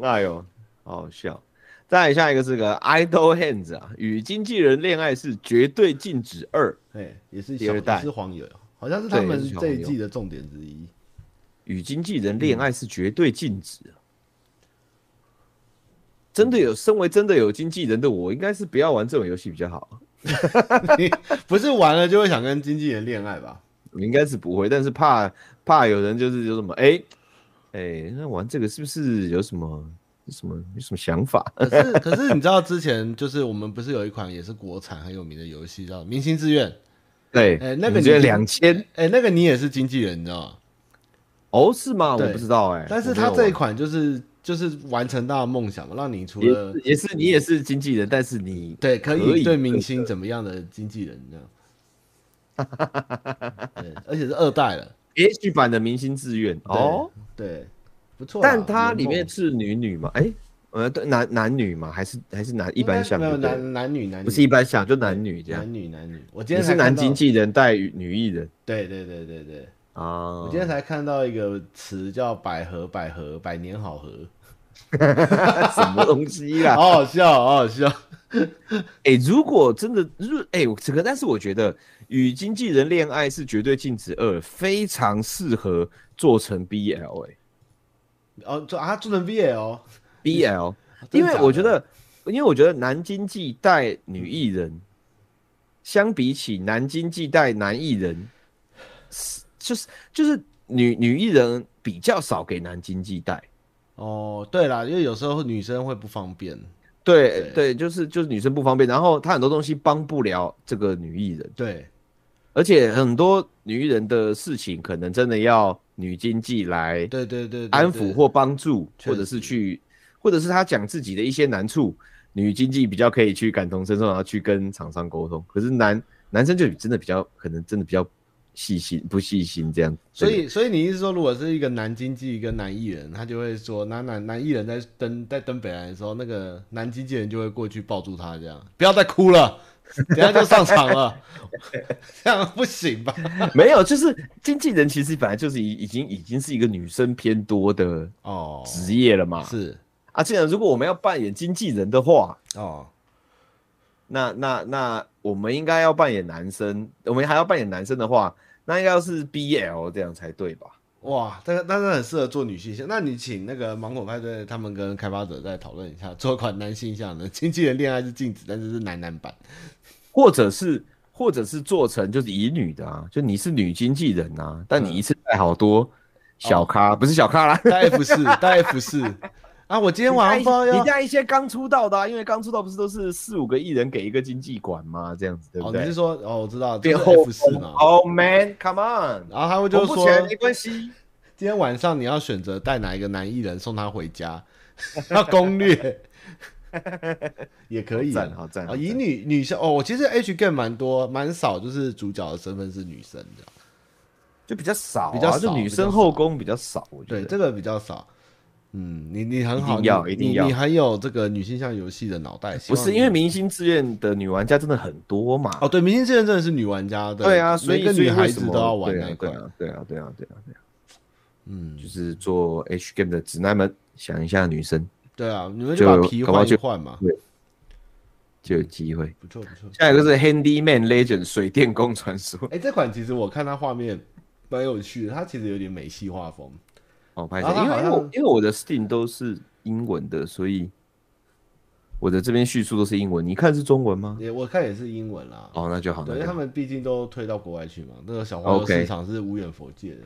S2: 哎呦，好好笑。再来下一个是个 Idol Hands 啊，与经纪人恋爱是绝对禁止二，
S1: 哎，也是
S2: 第
S1: 小
S2: 二代
S1: 也是黄油，好像是他
S2: 对也
S1: 们
S2: 是黄
S1: 这
S2: 油
S1: 一季的重点之一。
S2: 与经纪人恋
S1: 嗯
S2: 爱是绝对禁止啊。真的有，身为真的有经纪人的我，应该是不要玩这种游戏比较好。
S1: 你不是完了就会想跟经纪人恋爱吧？
S2: 我应该是不会，但是怕怕有人就是有什么，哎、哎、那玩这个是不是有什么有什么有什么想法？
S1: 可是可是你知道之前就是我们不是有一款也是国产很有名的游戏叫《明星志愿》？
S2: 对，
S1: 哎那个
S2: 你觉得
S1: 你
S2: 两千
S1: 哎、那个你也是经纪人，你知道吗？
S2: 哦是吗？我
S1: 对
S2: 不知道哎、
S1: 但是
S2: 我没
S1: 他
S2: 有
S1: 这一
S2: 玩
S1: 款就是就是完成他的梦想嘛，让你除
S2: 也
S1: 了
S2: 是也是你也是经纪人，但是你
S1: 对可
S2: 可以
S1: 以对明星怎么样的经纪人这样。 对，而且是二代了。
S2: H 版的明星志愿
S1: 对
S2: 哦，，
S1: 对，不错啦。
S2: 但它
S1: 圆
S2: 里
S1: 梦
S2: 面是女女嘛？哎、呃，对，男男女嘛，还是还是男一
S1: 应该
S2: 般
S1: 是
S2: 像
S1: 没
S2: 对
S1: 有
S2: 不对？
S1: 男男女男女，
S2: 不是一般像，就男女这样。
S1: 男女男女。我今
S2: 你
S1: 天
S2: 是
S1: 才看
S2: 男
S1: 到
S2: 经。纪人带女艺人
S1: 对对对对对，
S2: 啊？
S1: 我今 天才看到一个词叫“百合”，百合，百年好合，
S2: 什么东西 啦？
S1: 好好笑，好好笑。
S2: 哎、如果真的，如哎、我这个，但是我觉得与经纪人恋爱是绝对禁止二，非常适合做成 BL 哎、
S1: 哦，做啊，做成 BL，哦
S2: BL，
S1: 真
S2: 因
S1: 的
S2: 为
S1: 假
S2: 我觉
S1: 的
S2: 得，因为我觉得男经济带女艺人，相比起男经济带男艺人，是就是就是女女艺人比较少给男经济带。
S1: 哦，对啦，因为有时候女生会不方便。对
S2: 对对，就是就是女生不方便，然后她很多东西帮不了这个女艺人，
S1: 对，
S2: 而且很多女艺人的事情可能真的要女经济来
S1: 对对对对，
S2: 安
S1: 对
S2: 抚或帮助，
S1: 确
S2: 或者是去，或者是他讲自己的一些难处，女经济比较可以去感同身受，然后去跟厂商沟通。可是男男生就真的比较可能真的比较细心，不细心这样。
S1: 所以，所以你是说，如果是一个男经纪跟男艺人，他就会说，男男男艺人在登在登北来的时候，那个男经纪人就会过去抱住他，这样不要再哭了， 等一下就上场了， 这样不行吧？
S2: 对没有，就是经纪人其实本来就是已已经已经是一个女生偏多的
S1: 哦，
S2: 职业了嘛。
S1: 是
S2: 啊，既然如果我们要扮演经纪人的话，
S1: 哦，
S2: 那那那我们应该要扮演男生，我们还要扮演男生的话，那要是 BL 这样才对吧？
S1: 哇，这个但是很适合做女性向。那你请那个芒果派对他们跟开发者再讨论一下，做款男性向的经纪人恋爱是禁止，但是是男男 版
S2: 或者是或者是做成就是乙女的啊，就你是女经纪人啊，但你一次带好多小咖，不是小咖啦，
S1: 带 F 四带 F 四啊，我今天晚上不知道
S2: 你
S1: 要
S2: 带一些刚出道的、啊，因为刚出道不是都是四五个艺人给一个经纪管吗？这样子对不
S1: 哦，
S2: 对？
S1: 你是说哦，我知道，这
S2: 变
S1: 是
S2: 后
S1: F 四嘛？
S2: Oh man，come on，
S1: 然后他们
S2: 我
S1: 就
S2: 不
S1: 说，
S2: 全没关系。
S1: 今天晚上你要选择带哪一个男艺人送他回家， 要攻略也可以
S2: 赞
S1: 啊。
S2: 好赞
S1: 啊、
S2: 好
S1: 以
S2: 赞
S1: 女女生哦，我其实 H game 蛮多，蛮少，就是主角的身份是女生的，
S2: 就比较少啊、
S1: 比较少
S2: 就女
S1: 比较
S2: 生
S1: 少
S2: 后宫比较少，我觉得
S1: 对，这个比较少。嗯，你你很好，
S2: 一定要
S1: 你
S2: 一定要哎
S1: 你，你很有这个女性向游戏的脑袋。希
S2: 不
S1: 望
S2: 是
S1: 你
S2: 因为明星志愿的女玩家真的很多嘛？
S1: 哦，对，明星志愿真的是女玩家的，
S2: 对啊，所以
S1: 每个
S2: 所以
S1: 女孩
S2: 为什
S1: 子
S2: 么
S1: 都要玩
S2: 对
S1: 那一
S2: 啊，
S1: 块
S2: 对。啊，对啊，对啊，对啊，对啊，
S1: 嗯，
S2: 就是做 H game 的直男们想一下女生
S1: 对啊，你们就把
S2: 就
S1: 皮
S2: 搞不好
S1: 换一
S2: 就
S1: 换嘛，
S2: 就有机会。
S1: 不错不错。
S2: 下一个是 Handyman Legend 水电工传说
S1: 哎、这款其实我看它画面蛮有趣的，它其实有点美系画风。
S2: 哦，拍
S1: 啊
S2: 摄，
S1: 它
S2: 因为
S1: 好
S2: 因
S1: 像
S2: 为我因为我的 Steam 都是英文的，所以我的这边叙述都是英文。你看是中文吗？
S1: 也我看也是英文啦，
S2: 哦，那就好，
S1: 对，
S2: 那
S1: 因为
S2: 就
S1: 他
S2: 好。
S1: 们毕竟都推到国外去嘛，那个小黄油
S2: OK
S1: 市场是无远佛界的。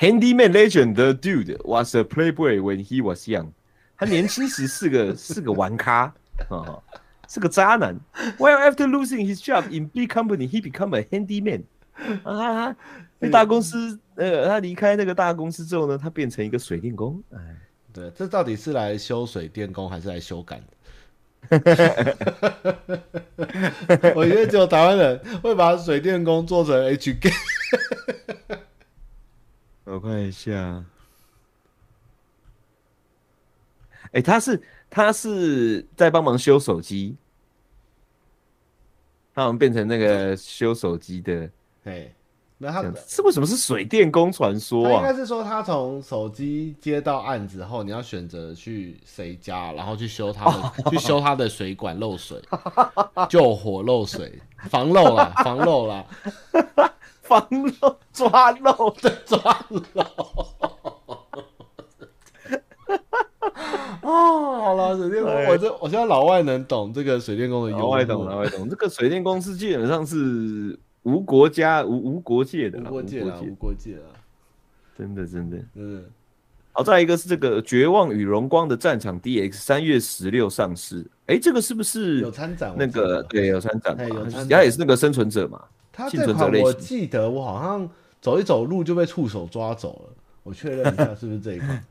S2: Handyman Legend 的 Dude was a playboy when he was young。他年轻时是个 是个玩咖，哦，是个渣男。While after losing his job in big company, he become a handyman。啊，他被大公司呃，他离开那个大公司之后呢，他变成一个水电工。哎，
S1: 对，这到底是来修水电工还是来修改的？ 我觉得只有台湾人会把水电工做成 H G。
S2: 我看一下。哎，他是他是在帮忙修手机，他好像变成那个修手机的。
S1: 哎，那他
S2: 这样
S1: 他
S2: 子这为什么是水电工传说
S1: 应该
S2: 啊？
S1: 是说他从手机接到案子后，你要选择去谁家，然后去修他 的去修他的水管漏水，救火漏水，防漏啦，防漏啦。
S2: 防漏抓漏的，
S1: 哦，好了，水电工，
S2: 哎
S1: 我这我希望老外能懂这个水电工的忧
S2: 老
S1: 苦
S2: 外哦懂，老外懂。这个水电公司基本上是无国家、无无国界的
S1: 无
S2: 啦，
S1: 国界了，无国界了，
S2: 真的真的。
S1: 嗯，
S2: 好，再来一个是这个《绝望与荣光的战场 DX》，三月十六上市。哎，这个是不
S1: 有
S2: 是
S1: 参展我
S2: 那
S1: 记得
S2: 个对有参展嘛
S1: 哎有参？展
S2: 他也是那个生存者嘛？
S1: 他
S2: 幸
S1: 这
S2: 存者
S1: 款
S2: 类
S1: 我
S2: 型
S1: 记得我好像走一走路就被触手抓走了，我确认一下是不是这一 款。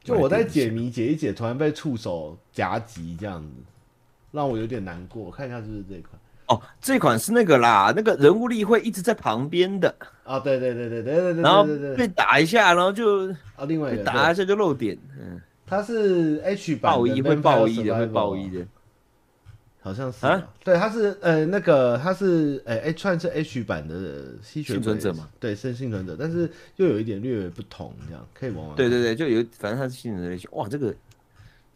S1: 就我在解谜解一解，突然被触手夹击这样子，让我有点难过。我看一下是不是这一款
S2: 哦，这款是那个啦，那个人物力会一直在旁边的，
S1: 啊？对对对对对对对
S2: 然后
S1: 对对对
S2: 被打一下，然后就
S1: 啊，另外一
S2: 被
S1: 个
S2: 打
S1: 对
S2: 一下就漏点，嗯，
S1: 它是 H 版
S2: 爆衣
S1: 的
S2: 会
S1: Vampire
S2: 爆衣的，会
S1: Survivor
S2: 爆衣
S1: 啊
S2: 的。
S1: 好像是
S2: 啊
S1: 吧对，他是呃那个他是呃 H 算是 H 版的吸血鬼
S2: 幸存者嘛，
S1: 对，是幸存者，但是又有一点略微不同，这样可以玩玩。
S2: 对，对对，就有，反正它是新人类型。哇，这个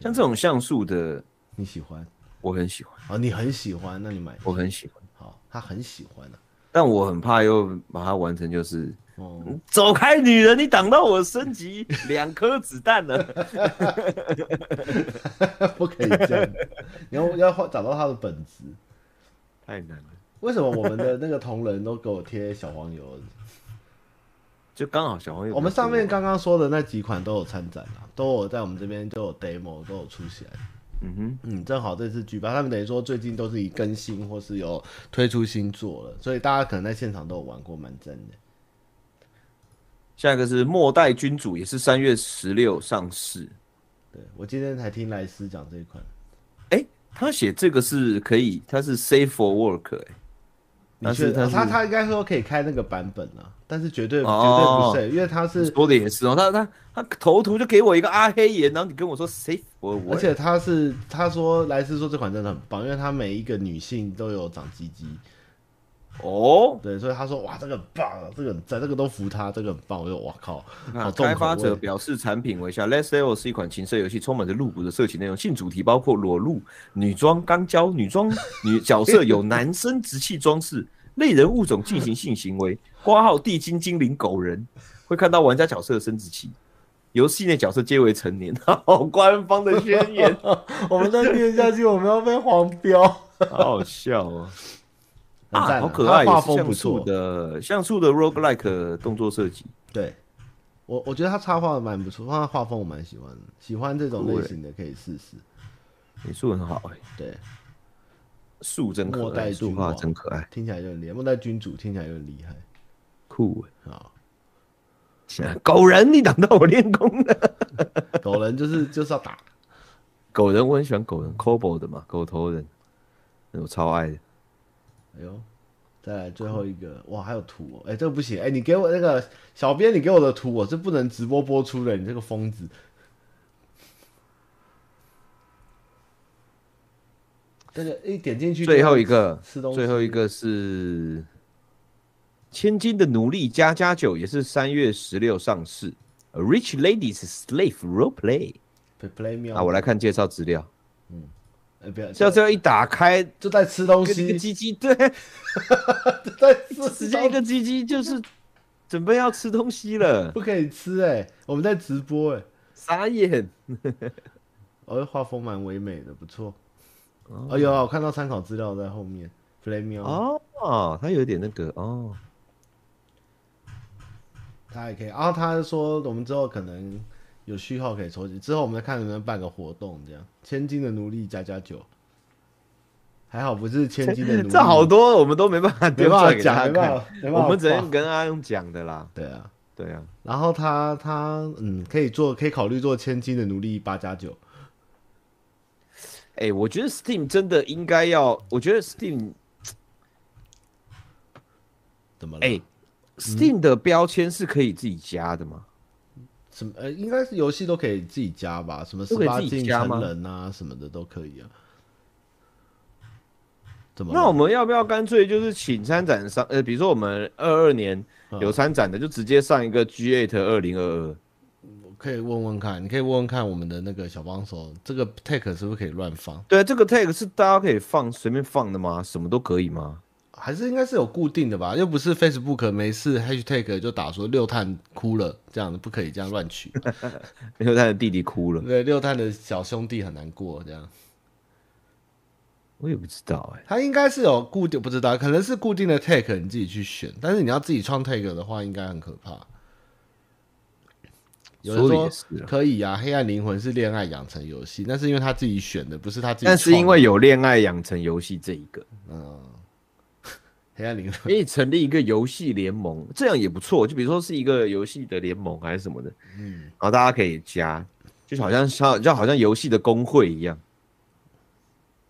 S2: 像这种像素的，
S1: 你喜欢
S2: 我很喜欢，
S1: 啊、哦？你很喜欢，那你买
S2: 我很喜欢，
S1: 好，他很喜欢啊。
S2: 但我很怕又把它完成，就是
S1: 哦，
S2: 走开，女人，你挡到我升级两颗子弹了。
S1: 不可以这样，你要要换找到他的本质。
S2: 太难了，
S1: 为什么我们的那个同仁都给我贴小黄油？
S2: 就刚好小黄友，
S1: 我们上面，刚刚说的那几款都有参展啊，都有在我们这边都有 demo 都有出现。
S2: 嗯哼，
S1: 嗯，正好这次举办，他们等于说最近都是以更新或是有推出新作了，所以大家可能在现场都有玩过，蛮真的。
S2: 下一个是末代君主，也是三月十六上市。
S1: 对我今天才听莱斯讲这一款，
S2: 他写这个是可以，他是 safe for work，哎、
S1: 你
S2: 但
S1: 确
S2: 是
S1: 哦
S2: 它
S1: 他
S2: 是
S1: 他应该说可以开那个版本啊，但是绝对绝对
S2: 哦
S1: 不是，因为他
S2: 你
S1: 是
S2: 说的也是哦。他他他头图就给我一个阿黑眼，然后你跟我说 safe for work，
S1: 而且他是他说莱斯说这款真的很棒，因为他每一个女性都有长鸡鸡，
S2: 哦，
S1: 对，所以他说哇这个很棒啊，这个很赞，这个都服他，这个很棒，我就哇靠，好重口味
S2: 开发者表示产品为下 Let's Level 是一款情色游戏，充满着露骨的色情内容，性主题包括裸露、女装、肛交、女装、女角色有男生直系装饰，类人物种进行性行为， 挂号地精、精灵、狗人，会看到玩家角色的生殖器。游戏内角色皆为成年， 好官方的宣 言，
S1: 我们再念下去我们要被黄标，
S2: 好好笑哦！
S1: 很
S2: 啊，
S1: 赞、
S2: 好可爱，
S1: 他画风
S2: 也是
S1: 不
S2: 像素
S1: 错，
S2: 的像素的 roguelike 动作设计，
S1: 对。我我觉得他插画得蛮不错，他画风我蛮喜欢的，喜欢这种
S2: 酷
S1: 类
S2: 欸
S1: 型的可以试试。
S2: 美术很好哎、
S1: 对，
S2: 树真可
S1: 末代
S2: 爱，树
S1: 君
S2: 画
S1: 王
S2: 真可爱，
S1: 听起来就很厉害。末代君主听起来就很厉害。
S2: 酷欸
S1: 好，
S2: 哎、狗人，你挡到我练功了。
S1: 狗人就是就是要打，
S2: 狗人我很喜欢狗人 c o b o 的嘛，狗头人，我超爱的。
S1: 哎呦，再来最后一个，
S2: 嗯
S1: 哇，还有图哦，哎、这个不行，哎、你给我那个小编，你给我的图我是不能直播播出的，你这个疯子，这个一点进去就
S2: 最后一个
S1: 吃东，西
S2: 最后一个是《千金的奴隶》加加九，也是三月十六上市。A Rich Ladies Slave Role Play
S1: play play 喵，
S2: 啊，我来看介绍资料。
S1: 哎、不要，
S2: 这这一打开，
S1: 就在吃东
S2: 跟一
S1: 西，
S2: 个鸡鸡，对，
S1: 就在吃
S2: 直
S1: 东
S2: 接一个鸡鸡就是准备要吃东西了，
S1: 不可以吃哎、我们在直播哎、
S2: 傻眼。
S1: 哦，画风蛮唯美的，不错。哦，有啊，我看到参考资料在后面。Play 喵，
S2: 哦，他有点那个哦，
S1: 他还可以。然、后他说，我们之后可能有序号可以抽取，之后我们再看能不能办个活动，这样千金的奴隶加加酒。还好不是千金的奴隶，
S2: 这好多我们都没办法
S1: 没
S2: 丢
S1: 办
S2: 出来
S1: 法
S2: 给
S1: 讲，
S2: 大
S1: 没
S2: 家
S1: 办
S2: 看。
S1: 法，没办法
S2: 我们只能
S1: 放
S2: 跟阿用讲的啦。
S1: 对啊。
S2: 对啊，
S1: 然后他他嗯，可以做，可以考虑做千金的奴隶八加九。
S2: 哎、我觉得 Steam 真的应该要，我觉得 Steam
S1: 怎么了？
S2: 哎、Steam 的标签是可以自己加的吗？
S1: 什么呃，应该是游戏都可以自己加吧，什么十
S2: 都可以
S1: 八
S2: 自己
S1: 禁
S2: 加吗
S1: 成人啊什么的都可以啊。怎么了？
S2: 那我们要不要干脆就是请参展商，呃，比如说我们二二年
S1: 嗯
S2: 有参展的，就直接上一个 G8 二零二二。
S1: 可以问问看，你可以问问看我们的那个小帮手，这个 tag 是不是可以乱放？
S2: 对，啊这个 tag 是大家可以放随便放的吗？什么都可以吗？
S1: 还是应该是有固定的吧？又不是 Facebook 没事 hashtag 就打说六探哭了，这样不可以这样乱 取。
S2: 因为他的弟弟哭了，
S1: 对，六探的小兄弟很难过，这样
S2: 我也不知道哎、
S1: 他应该是有固定，不知道可能是固定的 tag 你自己去选，但是你要自己创 tag 的话，应该很可怕。有人
S2: 说的也
S1: 说
S2: 是啦，
S1: 可以啊，黑暗灵魂是恋爱养成游戏，那是因为他自己选的，不是他自己创
S2: 但
S1: 的。
S2: 是因为有恋爱养成游戏这一个，
S1: 黑暗灵 魂，
S2: 可以成立一个游戏联盟，这样也不错。就比如说是一个游戏的联盟还是什么的，嗯，然后大家可以加，就好像像就好像游戏的工会一样，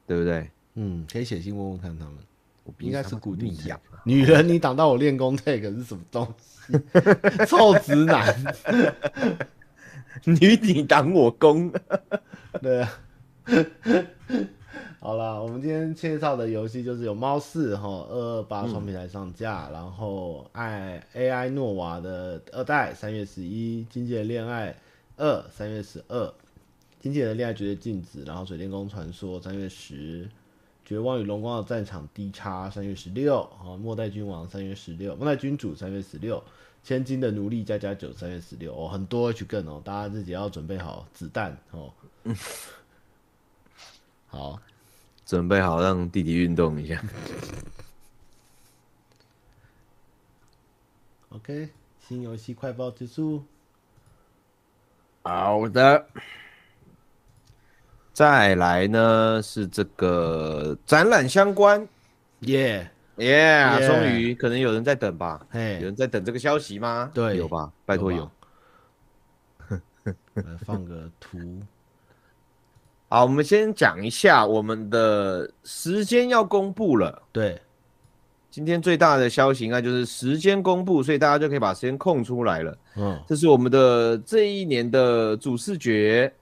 S2: 对不对？
S1: 嗯，可以写信问问看他们。
S2: 我
S1: 应该是固定
S2: 一
S1: 的
S2: 样啊。
S1: 女人，你挡到我练功 tag 是什么东西？ 臭直男，
S2: 女你挡我攻，
S1: 对啊。好啦，我们今天介绍的游戏就是有猫四哈二二八双平台上架，然后爱 AI 诺娃的二代三月十一，经济的恋爱二三月十二，经纪人的恋爱绝对禁止，然后水电工传说三月十，绝望与荣光的战场 D 叉三月十六，啊，末代君王三月十六，末代君主三月十六，千金的奴隶加加九三月十六，哦，很多 H 更哦，大家自己要准备好子弹哦。好，
S2: 准备好让弟弟运动一下。
S1: OK，新游戏快报结束，
S2: 好的。再来呢是这个展览相关，
S1: 耶、
S2: 耶、
S1: Yeah
S2: 终于可能有人在等吧？有
S1: 嘿，
S2: 人在等这个消息吗？
S1: 对
S2: 有吧？拜托有
S1: 有吧。来放个图，
S2: 好，我们先讲一下我们的时间要公布了。
S1: 对，
S2: 今天最大的消息应该就是时间公布，所以大家就可以把时间空出来了。
S1: 嗯，
S2: 这是我们的这一年的主视觉，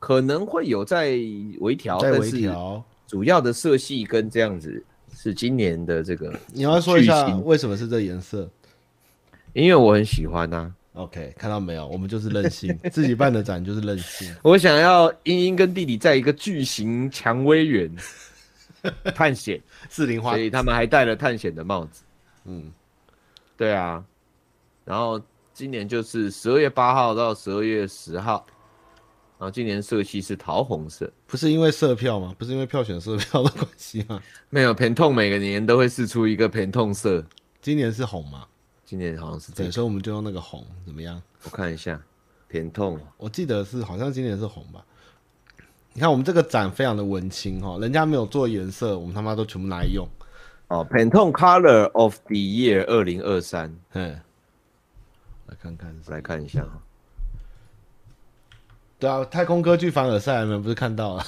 S2: 可能会有在微调，
S1: 再
S2: 但
S1: 微
S2: 是
S1: 调。
S2: 主要的色系跟这样子是今年的这个，
S1: 你要说一
S2: 巨
S1: 下
S2: 星
S1: 为什么是这颜色
S2: 因为我很喜欢啊呐、
S1: ？OK，看到没有，我们就是任 性，自己办的展就是任性。
S2: 我想要英英跟弟弟在一个巨型蔷薇园探险，
S1: 四零花
S2: 所，以他们还戴了探险的帽子。
S1: 嗯，
S2: 对啊，然后今年就是十二月八号到十二月十号，然后今年色系是桃红色。
S1: 不是因为色票吗？不是因为票选色票的关系吗？
S2: 没有偏痛，每个年都会试出一个偏痛色，
S1: 今年是红嘛？
S2: 今年好像是这
S1: 对，
S2: 样，
S1: 所以我们就用那个红，怎么样？
S2: 我看一下偏痛。
S1: 我记得是好像今年是红吧。你看我们这个展非常的文青哈，人家没有做颜色，我们他妈都全部拿来用。
S2: 哦，Pantone Color of the Year 二零二三，
S1: 嗯，来看看是
S2: 来看一下啊。
S1: 对啊，太空歌剧凡尔赛，你们不是看到了？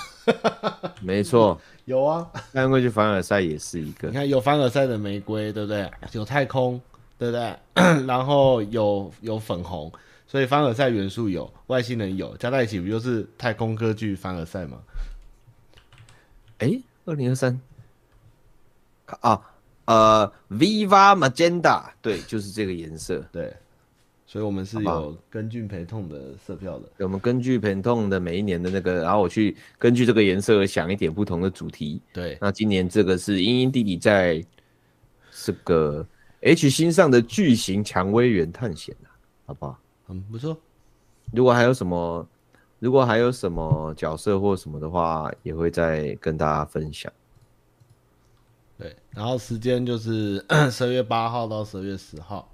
S2: 没 错，
S1: 有啊，
S2: 翻过去凡尔赛也是一
S1: 你
S2: 个，
S1: 看有凡尔赛的玫瑰，对不对？有太空，对不对？ 然后有有粉红，所以凡尔赛元素有，外星人有，加在一起不就是太空歌剧凡尔赛吗？
S2: 哎，二零二三，啊，呃，Viva Magenta，对，就是这个颜色。
S1: 对，所以我们是
S2: 好吧
S1: 有跟进陪同的色票的。
S2: 我们根据 Pantone 的每一年的那个，然后我去根据这个颜色而想一点不同的主题。
S1: 对，
S2: 那今年这个是英英弟弟在这个 H 星上的巨型蔷薇园探险啊，好不好？
S1: 嗯，不错。
S2: 如果还有什么，如果还有什么角色或什么的话，也会再跟大家分享。
S1: 对，然后时间就是 十月八号到十月十号，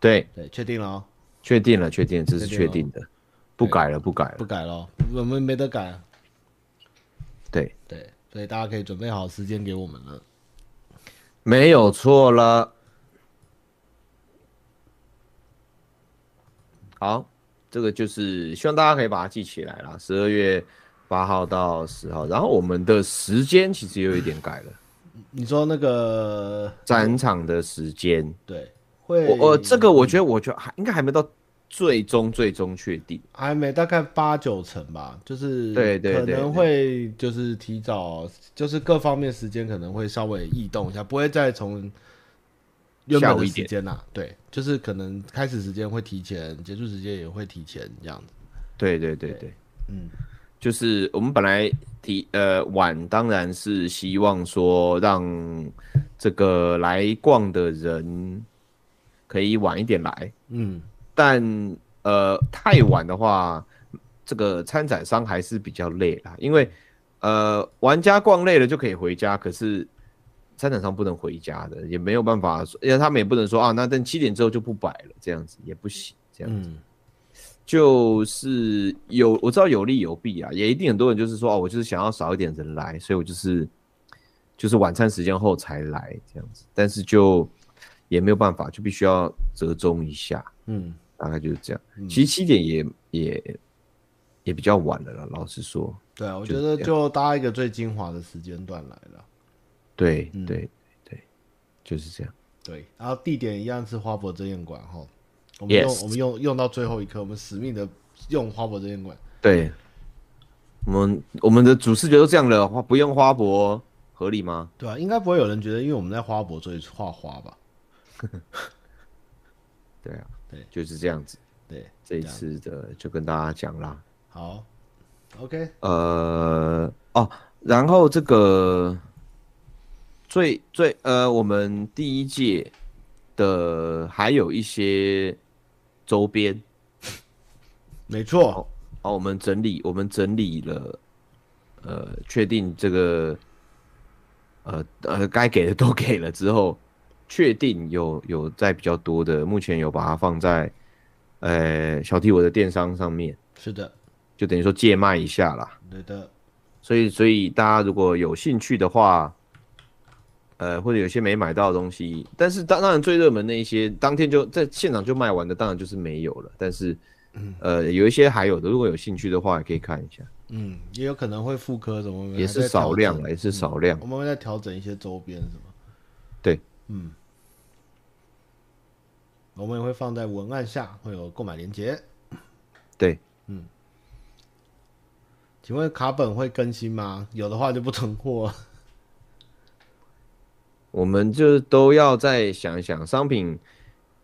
S2: 对，
S1: 对，确定了哦，
S2: 确定了，确定了，这是
S1: 确
S2: 确
S1: 定哦
S2: 定的，不改了，不改了
S1: 不。改了哦，我们没得改啊，
S2: 对，
S1: 对，所以大家可以准备好时间给我们了。
S2: 没有错了。好，这个就是希望大家可以把它记起来啦。十二月八号到十号，然后我们的时间其实有一点改了，
S1: 你说那个
S2: 展场的时间。
S1: 对，会
S2: 我呃，这个我觉得，我觉得还应该还没到最终最终确定。
S1: 还没大概八九成吧，就是
S2: 对对
S1: 可
S2: 对
S1: 能
S2: 对
S1: 会就是提早，就是各方面时间可能会稍微异动一下，不会再从原
S2: 下
S1: 本
S2: 午
S1: 的
S2: 一
S1: 时
S2: 点
S1: 间啦、啊对，就是可能开始时间会提前，结束时间也会提前这样子，
S2: 对对对对，
S1: 嗯，
S2: 就是我们本来提呃晚，当然是希望说让这个来逛的人可以晚一点来，
S1: 嗯。
S2: 但呃太晚的话，这个参展商还是比较累啦，因为呃玩家逛累了就可以回家，可是参展商不能回家的，也没有办法说，因为他们也不能说啊，那等七点之后就不摆了，这样子也不行，这样子、
S1: 嗯
S2: 就是有我知道有利有弊啊，也一定很多人就是说啊，我就是想要少一点人来，所以我就是就是晚餐时间后才来这样子，但是就也没有办法，就必须要折中一下。
S1: 嗯，
S2: 大概就是这样。其实七点也也也比较晚了啦，老实说，
S1: 对啊，我觉
S2: 就是
S1: 得
S2: 这样
S1: 就搭一个最精华的时间段来了。
S2: 对、
S1: 嗯
S2: 对对，就是这样。
S1: 对，然后地点一样是花博争艳馆哈，我们
S2: Yes
S1: 用我们用用到最后一刻，我们使命的用花博争艳馆。
S2: 对，我们我们的主视觉都这样了，花不用花博合理吗？
S1: 对啊，应该不会有人觉得，因为我们在花博所以画花吧？
S2: 对啊，
S1: 对，
S2: 就是这样子。
S1: 对，
S2: 这一次的就跟大家讲啦，
S1: 好，OK，
S2: 呃，哦，然后这个最最呃，我们第一届的还有一些周边，哦
S1: 没错，
S2: 好，我们整理，我们整理了，呃，确定这个，呃呃，该给的都给了之后，确定有有在比较多的，目前有把它放在，呃，小弟我的电商上面，
S1: 是的，
S2: 就等于说借卖一下啦。
S1: 对的，
S2: 所以，所以大家如果有兴趣的话，呃，或者有些没买到的东西，但是当当然最热门那一些，当天就在现场就卖完的，当然就是没有了。但是，呃，有一些还有的，如果有兴趣的话，也可以看一下。
S1: 嗯，也有可能会复刻什么，我们
S2: 也
S1: 还
S2: 是
S1: 在调
S2: 少量
S1: 整嗯
S2: 了，也是少量。
S1: 我们会再调整一些周边什么。
S2: 对，
S1: 嗯，我们也会放在文案下会有购买链接。
S2: 对，
S1: 请问卡本会更新吗？有的话就不囤货。
S2: 我们就都要再想一想，商品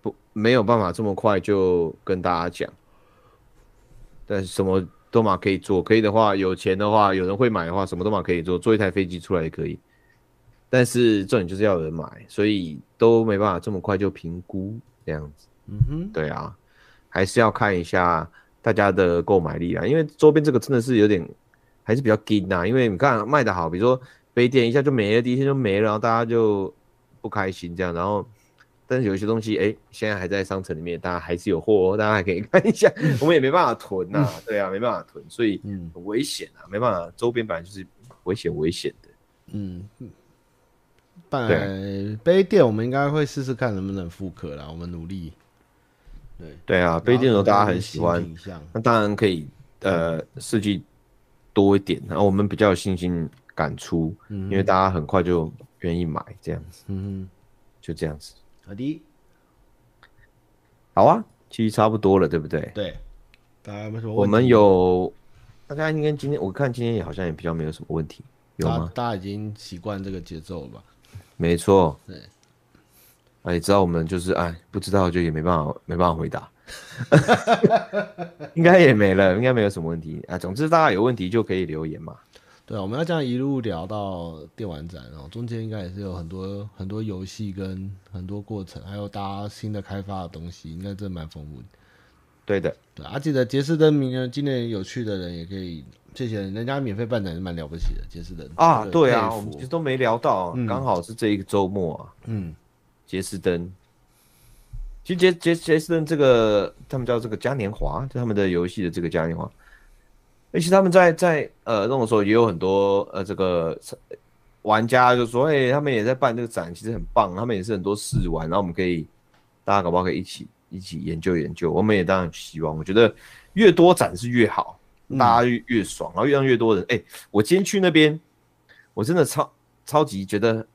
S2: 不没有办法这么快就跟大家讲，但是什么都嘛可以做，可以的话，有钱的话，有人会买的话，什么都嘛可以做，做一台飞机出来也可以。但是重点就是要有人买，所以都没办法这么快就评估这样子。
S1: 嗯哼，
S2: 对啊，还是要看一下大家的购买力啊，因为周边这个真的是有点还是比较紧啊，因为你看卖的好，比如说杯垫一下就没了，第一天就没了，然后大家就不开心这样，然后。但是有一些东西，哎、现在还在商城里面，大家还是有货、哦，大家还可以 看一下。我们也没办法囤呐、对啊，没办法囤，所以
S1: 嗯
S2: 很危险啊，没办法，周边本来就是危险危险的。
S1: 嗯。拜杯垫，我们应该会试试看能不能复刻啦，我们努力。对，
S2: 对啊，杯垫
S1: 然
S2: 的
S1: 后
S2: 大家
S1: 有一
S2: 很
S1: 些
S2: 喜
S1: 新
S2: 欢，
S1: 品项
S2: 那当然可以，呃，设计多一点，然后我们比较有信心敢出，因为大家很快就愿意买，这样子，
S1: 嗯
S2: 就这样子，
S1: 哼，好的，
S2: 好啊，其实差不多了，对不对？
S1: 对，大家有没有什么
S2: 我
S1: 问题？
S2: 们有，大家应该今天我看今天也好像也比较没有什么问题，有
S1: 大
S2: 吗？
S1: 大家已经习惯这个节奏了吧？
S2: 没错，
S1: 对，
S2: 哎，知道我们就是哎，不知道就也没办法，没办法 回答，应该也没了，应该没有什么问题啊。总之大家有问题就可以留言嘛，
S1: 对啊，我们要这样一路聊到电玩展哦，中间应该也是有很多很多游戏跟很多过程，还有大家新的开发的东西，应该真的蛮丰富的。
S2: 对的，
S1: 对啊，记得杰士登明年今年有趣的人也可以，谢谢人家免费办展是蛮了不起的，杰士登
S2: 啊，对啊，
S1: 佩
S2: 我们其实
S1: 服
S2: 都没聊到，啊刚好是这一个周末啊，
S1: 嗯，
S2: 杰斯登。其实杰杰杰斯登这个，他们叫这个嘉年华，就他们的游戏的这个嘉年华。而且他们在在呃那种时候也有很多呃这个呃玩家就说，哎、他们也在办这个展，其实很棒，他们也是很多试玩，然后我们可以大家搞不好可以一起一起研究研究。我们也当然希望，我觉得越多展是越好，大家越越爽，然后越让越多人。哎、我今天去那边，我真的超超级觉得，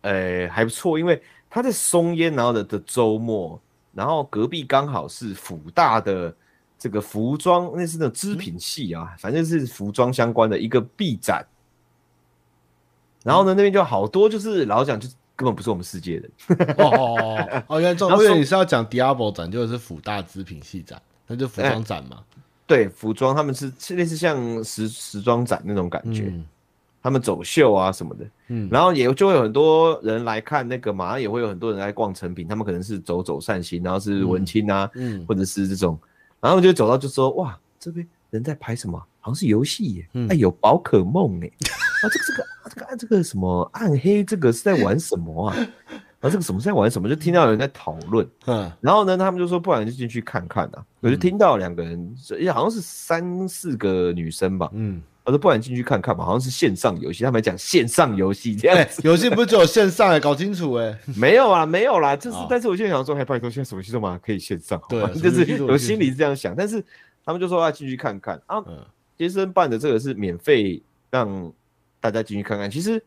S2: 呃，还不错，因为他在松烟，然后的的周末，然后隔壁刚好是辅大的这个服装，那是那种织品系啊，反正是服装相关的一个 B 展。然后呢，那边就好多就是老实讲，就是根本不是我们世界的，
S1: 哦哦哦哦，原来这种
S2: 然
S1: 我
S2: 后
S1: 以为
S2: 说
S1: 你是要讲 Diablo 展，就是辅大织品系展，那就服装展嘛，
S2: 对服装他们是是类似像时时装展那种感觉，
S1: 嗯
S2: 他们走秀啊什么的，
S1: 嗯
S2: 然后也就会有很多人来看那个嘛，然后也会有很多人来逛成品，他们可能是走走散心，然后是文青啊，
S1: 嗯
S2: 或者是这种，然后我就走到就说哇，这边人在拍什么？好像是游戏耶，
S1: 嗯
S2: 哎有宝可梦哎， 啊这个这个啊这个啊这个什么暗黑这个是在玩什么啊？啊这个什么是在玩什么？就听到有人在讨论，
S1: 嗯
S2: 然后呢他们就说不然就进去看看啊，我就听到两个人，也好像是三四个女生吧，
S1: 嗯，
S2: 我说不然进去看看吧，好像是线上游戏，他们还讲线上游戏这样
S1: 哎
S2: 子，，
S1: 游戏不是只有线上欸，搞清楚哎，
S2: 没有啊，没有啦，就是，
S1: 哦
S2: 但是我现在想说，哎还拜托，现在什么戏都嘛可以线上，好
S1: 对啊
S2: 吧
S1: 什么
S2: 就
S1: 戏
S2: 是
S1: 都有
S2: 我
S1: 线
S2: 心里是这样想，但是他们就说要进去看看啊。
S1: 嗯
S2: 杰森办的这个是免费让大家进去看看，其实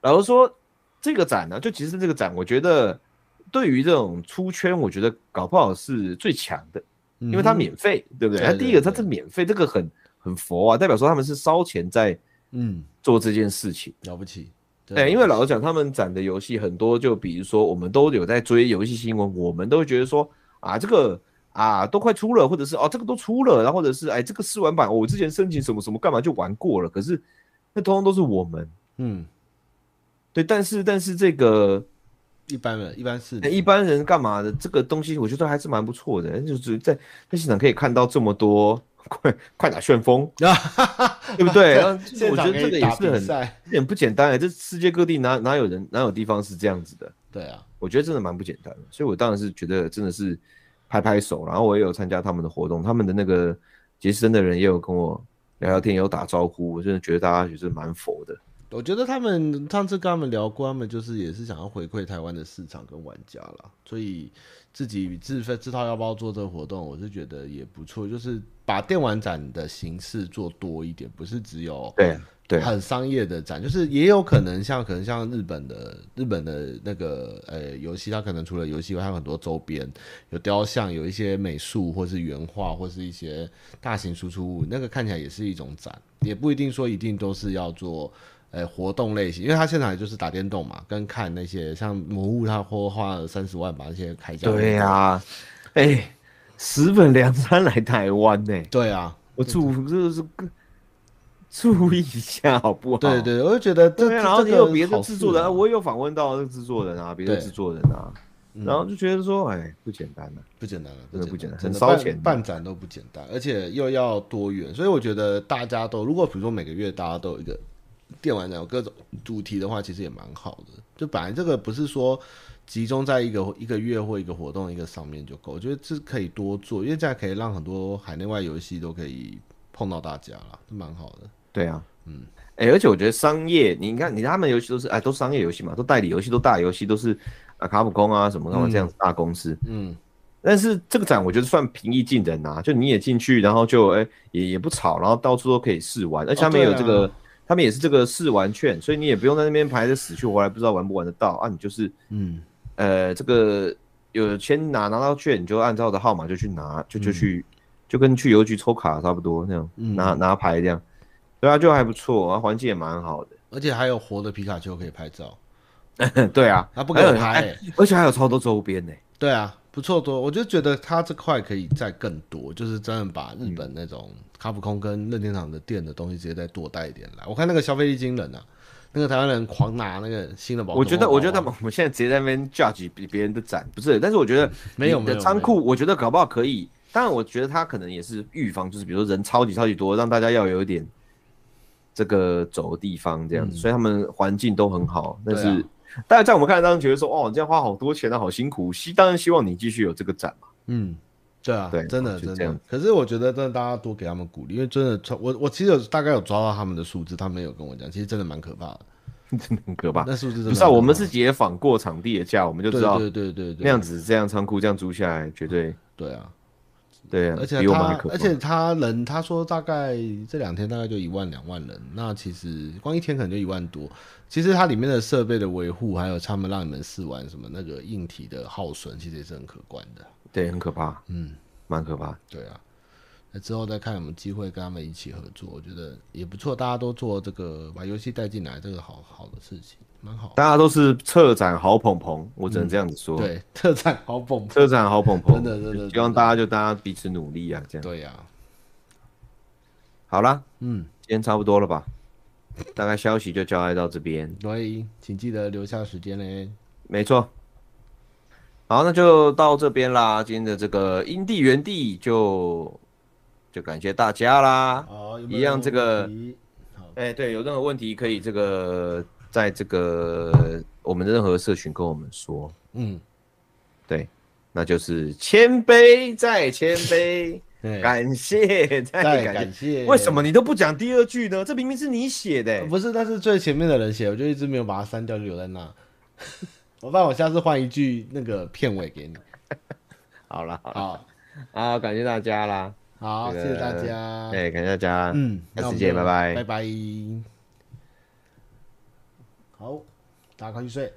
S2: 老实说，这个展啊呢、就杰森这个展，我觉得对于这种出圈，我觉得搞不好是最强的，
S1: 因
S2: 因为它免费，对不对？
S1: 嗯对
S2: 它第一
S1: 对
S2: 个它
S1: 对
S2: 是免费，这个很很佛啊，代表说他们是烧钱在
S1: 嗯
S2: 做这件事情。
S1: 了不起，
S2: 哎、因
S1: 为
S2: 为老实讲，他们展的游戏很多，就比如说我们都有在追游戏新闻，我们都会觉得说啊，这个啊都快出了，或者是哦这个都出了，然后或者是哎这个试玩版、哦我之前申请什么什么干嘛就玩过了，可是那通通都是我们
S1: 嗯
S2: 对，但是但是这个、
S1: 一般人一般是
S2: 哎一般人干嘛的这个东西，我觉得还是蛮不错的，就是在在现场可以看到这么多 快快打旋风， 对不对？然后
S1: 现
S2: 我
S1: 场
S2: 觉得
S1: 可
S2: 这
S1: 以
S2: 个也
S1: 打
S2: 是
S1: 比
S2: 很
S1: 赛
S2: 很不简单哎、这世界各地哪哪有人哪有地方是这样子的。
S1: 对啊，
S2: 我觉得真的蛮不简单的，所以我当然是觉得真的是拍拍手，然后我也有参加他们的活动，他们的那个杰士登的人也有跟我聊聊天，也有打招呼，我真的觉得大家也是蛮佛的，
S1: 我觉得他们上次跟他们聊过，他们就是也是想要回馈台湾的市场跟玩家啦，所以自己自费自掏腰包做这个活动，我是觉得也不错，就是把电玩展的形式做多一点，不是只有
S2: 对对
S1: 很商业的展，就是也有可能像可能像日本的日本的那个呃游戏，它可能除了游戏以外，它有很多周边，有雕像，有一些美术或是原画或是一些大型输出物，那个看起来也是一种展，也不一定说一定都是要做。呃，活动类型，因为他现场也就是打电动嘛，跟看那些像魔物，他花花了三十万把那些铠甲。
S2: 对啊呀、哎，石本梁山来台湾呢、
S1: 对啊，
S2: 我祝就是注意一下好不好？
S1: 对对，我就觉得这
S2: 对啊，然后
S1: 这
S2: 也
S1: 个
S2: 有别的
S1: 好
S2: 制
S1: 事
S2: 作人啊，
S1: 啊
S2: 我也有访问到那个制作人啊，别的
S1: 对
S2: 制作人啊，
S1: 嗯
S2: 然后就觉得说，哎，不简单了、
S1: 不简单了，
S2: 真的呃不简单
S1: 真的
S2: 很烧
S1: 办
S2: 钱
S1: 办展都不简单，而且又要多元，所以我觉得大家都如果比如说每个月大家都有一个电玩展，有各种主题的话，其实也蛮好的。就本来这个不是说集中在一个一个月或一个活动一个上面就够，我觉得这可以多做，因为这样可以让很多海内外游戏都可以碰到大家啦，蛮好的。
S2: 对啊，嗯，哎、而且我觉得商业，你看，你他们游戏都是哎，都商业游戏嘛，都代理游戏，都大游戏，都是啊卡普空啊什么干嘛这样子大公司，
S1: 嗯，
S2: 但是这个展我觉得算平易近人啊，就你也进去，然后就哎、也也不吵，然后到处都可以试玩，而且他们
S1: 哦
S2: 也
S1: 对
S2: 有
S1: 啊
S2: 这个，他们也是这个试玩券，所以你也不用在那边排着死去活来，不知道玩不玩得到啊，你就是
S1: 嗯，
S2: 呃这个有先拿拿到券，你就按照的号码就去拿，就就去、就跟去邮局抽卡差不多那样，
S1: 嗯
S2: 拿拿牌这样，对啊，就还不错啊，环境也蛮好 的，
S1: 而且还有活的皮卡丘可以拍照，
S2: 对啊，
S1: 他不给我拍
S2: 还有
S1: 欸
S2: 哎而且还有超多周边呢、
S1: 对啊，不错多，我就觉得他这块可以再更多，就是真的把日本那种卡普空跟任天堂的店的东西直接再多带一点来。我看那个消费力惊人啊，那个台湾人狂拿那个新的宝可梦啊
S2: 我觉得，我觉得
S1: 娃
S2: 他
S1: 娃
S2: 们我们现在直接在那边 judge 比别人的展不是，但是我觉得
S1: 嗯没有
S2: 你
S1: 没
S2: 的
S1: 有
S2: 仓
S1: 没有
S2: 库，我觉得搞不好可以。当然，我觉得他可能也是预防，就是比如说人超级超级多，让大家要有一点这个走的地方这样子，所以他们环境都很好。
S1: 嗯
S2: 但
S1: 对
S2: 是
S1: 啊，
S2: 大家在我们看来当然觉得说，哦，你这样花好多钱啊，好辛苦。希当然希望你继续有这个展嘛。
S1: 嗯，对啊，
S2: 对
S1: 真的
S2: 就
S1: 真
S2: 这样
S1: 的。可是我觉得真的大家多给他们鼓励，因为真的从，我我其实有大概有抓到他们的数字，他们有跟我讲，其实真的蛮可怕的。
S2: 真的很可怕。
S1: 那数字真的
S2: 不是啊，
S1: 蛮可
S2: 我们
S1: 怕
S2: 自己也访过场地的价，我们就知道
S1: 对对对对对
S2: 那样子这样仓库这样租下来，绝对
S1: 对啊，
S2: 对啊，
S1: 而且
S2: 比我们
S1: 他
S2: 还可怕。
S1: 而且他人他说大概这两天大概就一万两万人，那其实光一天可能就一万多。其实它里面的设备的维护，还有他们让你们试玩什么那个硬体的耗损，其实也是很可观的。
S2: 对，很可怕，
S1: 嗯，
S2: 蛮可怕。
S1: 对啊。那之后再看有没有机会跟他们一起合作，我觉得也不错。大家都做这个把游戏带进来，这个好好的事情，蛮好。
S2: 大家都是策展好捧捧，我只能这样子说。，
S1: 对， 特战好捧。
S2: 策展好捧捧，
S1: 真的真的
S2: 就希望大家就大家彼此努力啊， 这样。
S1: 对呀、
S2: 好啦，
S1: 嗯，
S2: 今天差不多了吧？大概消息就交代到这边，
S1: 所以请记得留下时间嘞。
S2: 没错。好，那就到这边啦。今天的这个因地原地就就感谢大家啦。
S1: 好，有
S2: 没有一样这个问
S1: 好，
S2: 哎、对，有任何问题可以这个在这个我们的任何社群跟我们说。
S1: 嗯，
S2: 对，那就是谦卑再谦卑。
S1: 对。
S2: 感谢，再
S1: 哎再
S2: 感
S1: 感
S2: 谢。
S1: 谢。
S2: 为什么你都不讲第二句呢？这明明是你写的、
S1: 不是？那是最前面的人写，我就一直没有把它删掉，就留在那。 我怕我下次换一句那个片尾给你。
S2: 好啦，好啦，
S1: 好，
S2: 啊，感谢大家啦，
S1: 好，
S2: 这
S1: 谢
S2: 个
S1: 谢大家。
S2: 对，感谢大家，
S1: 嗯，那
S2: 下
S1: 我们
S2: 次见，
S1: 就
S2: 拜拜
S1: 拜。拜。好，大家快去睡。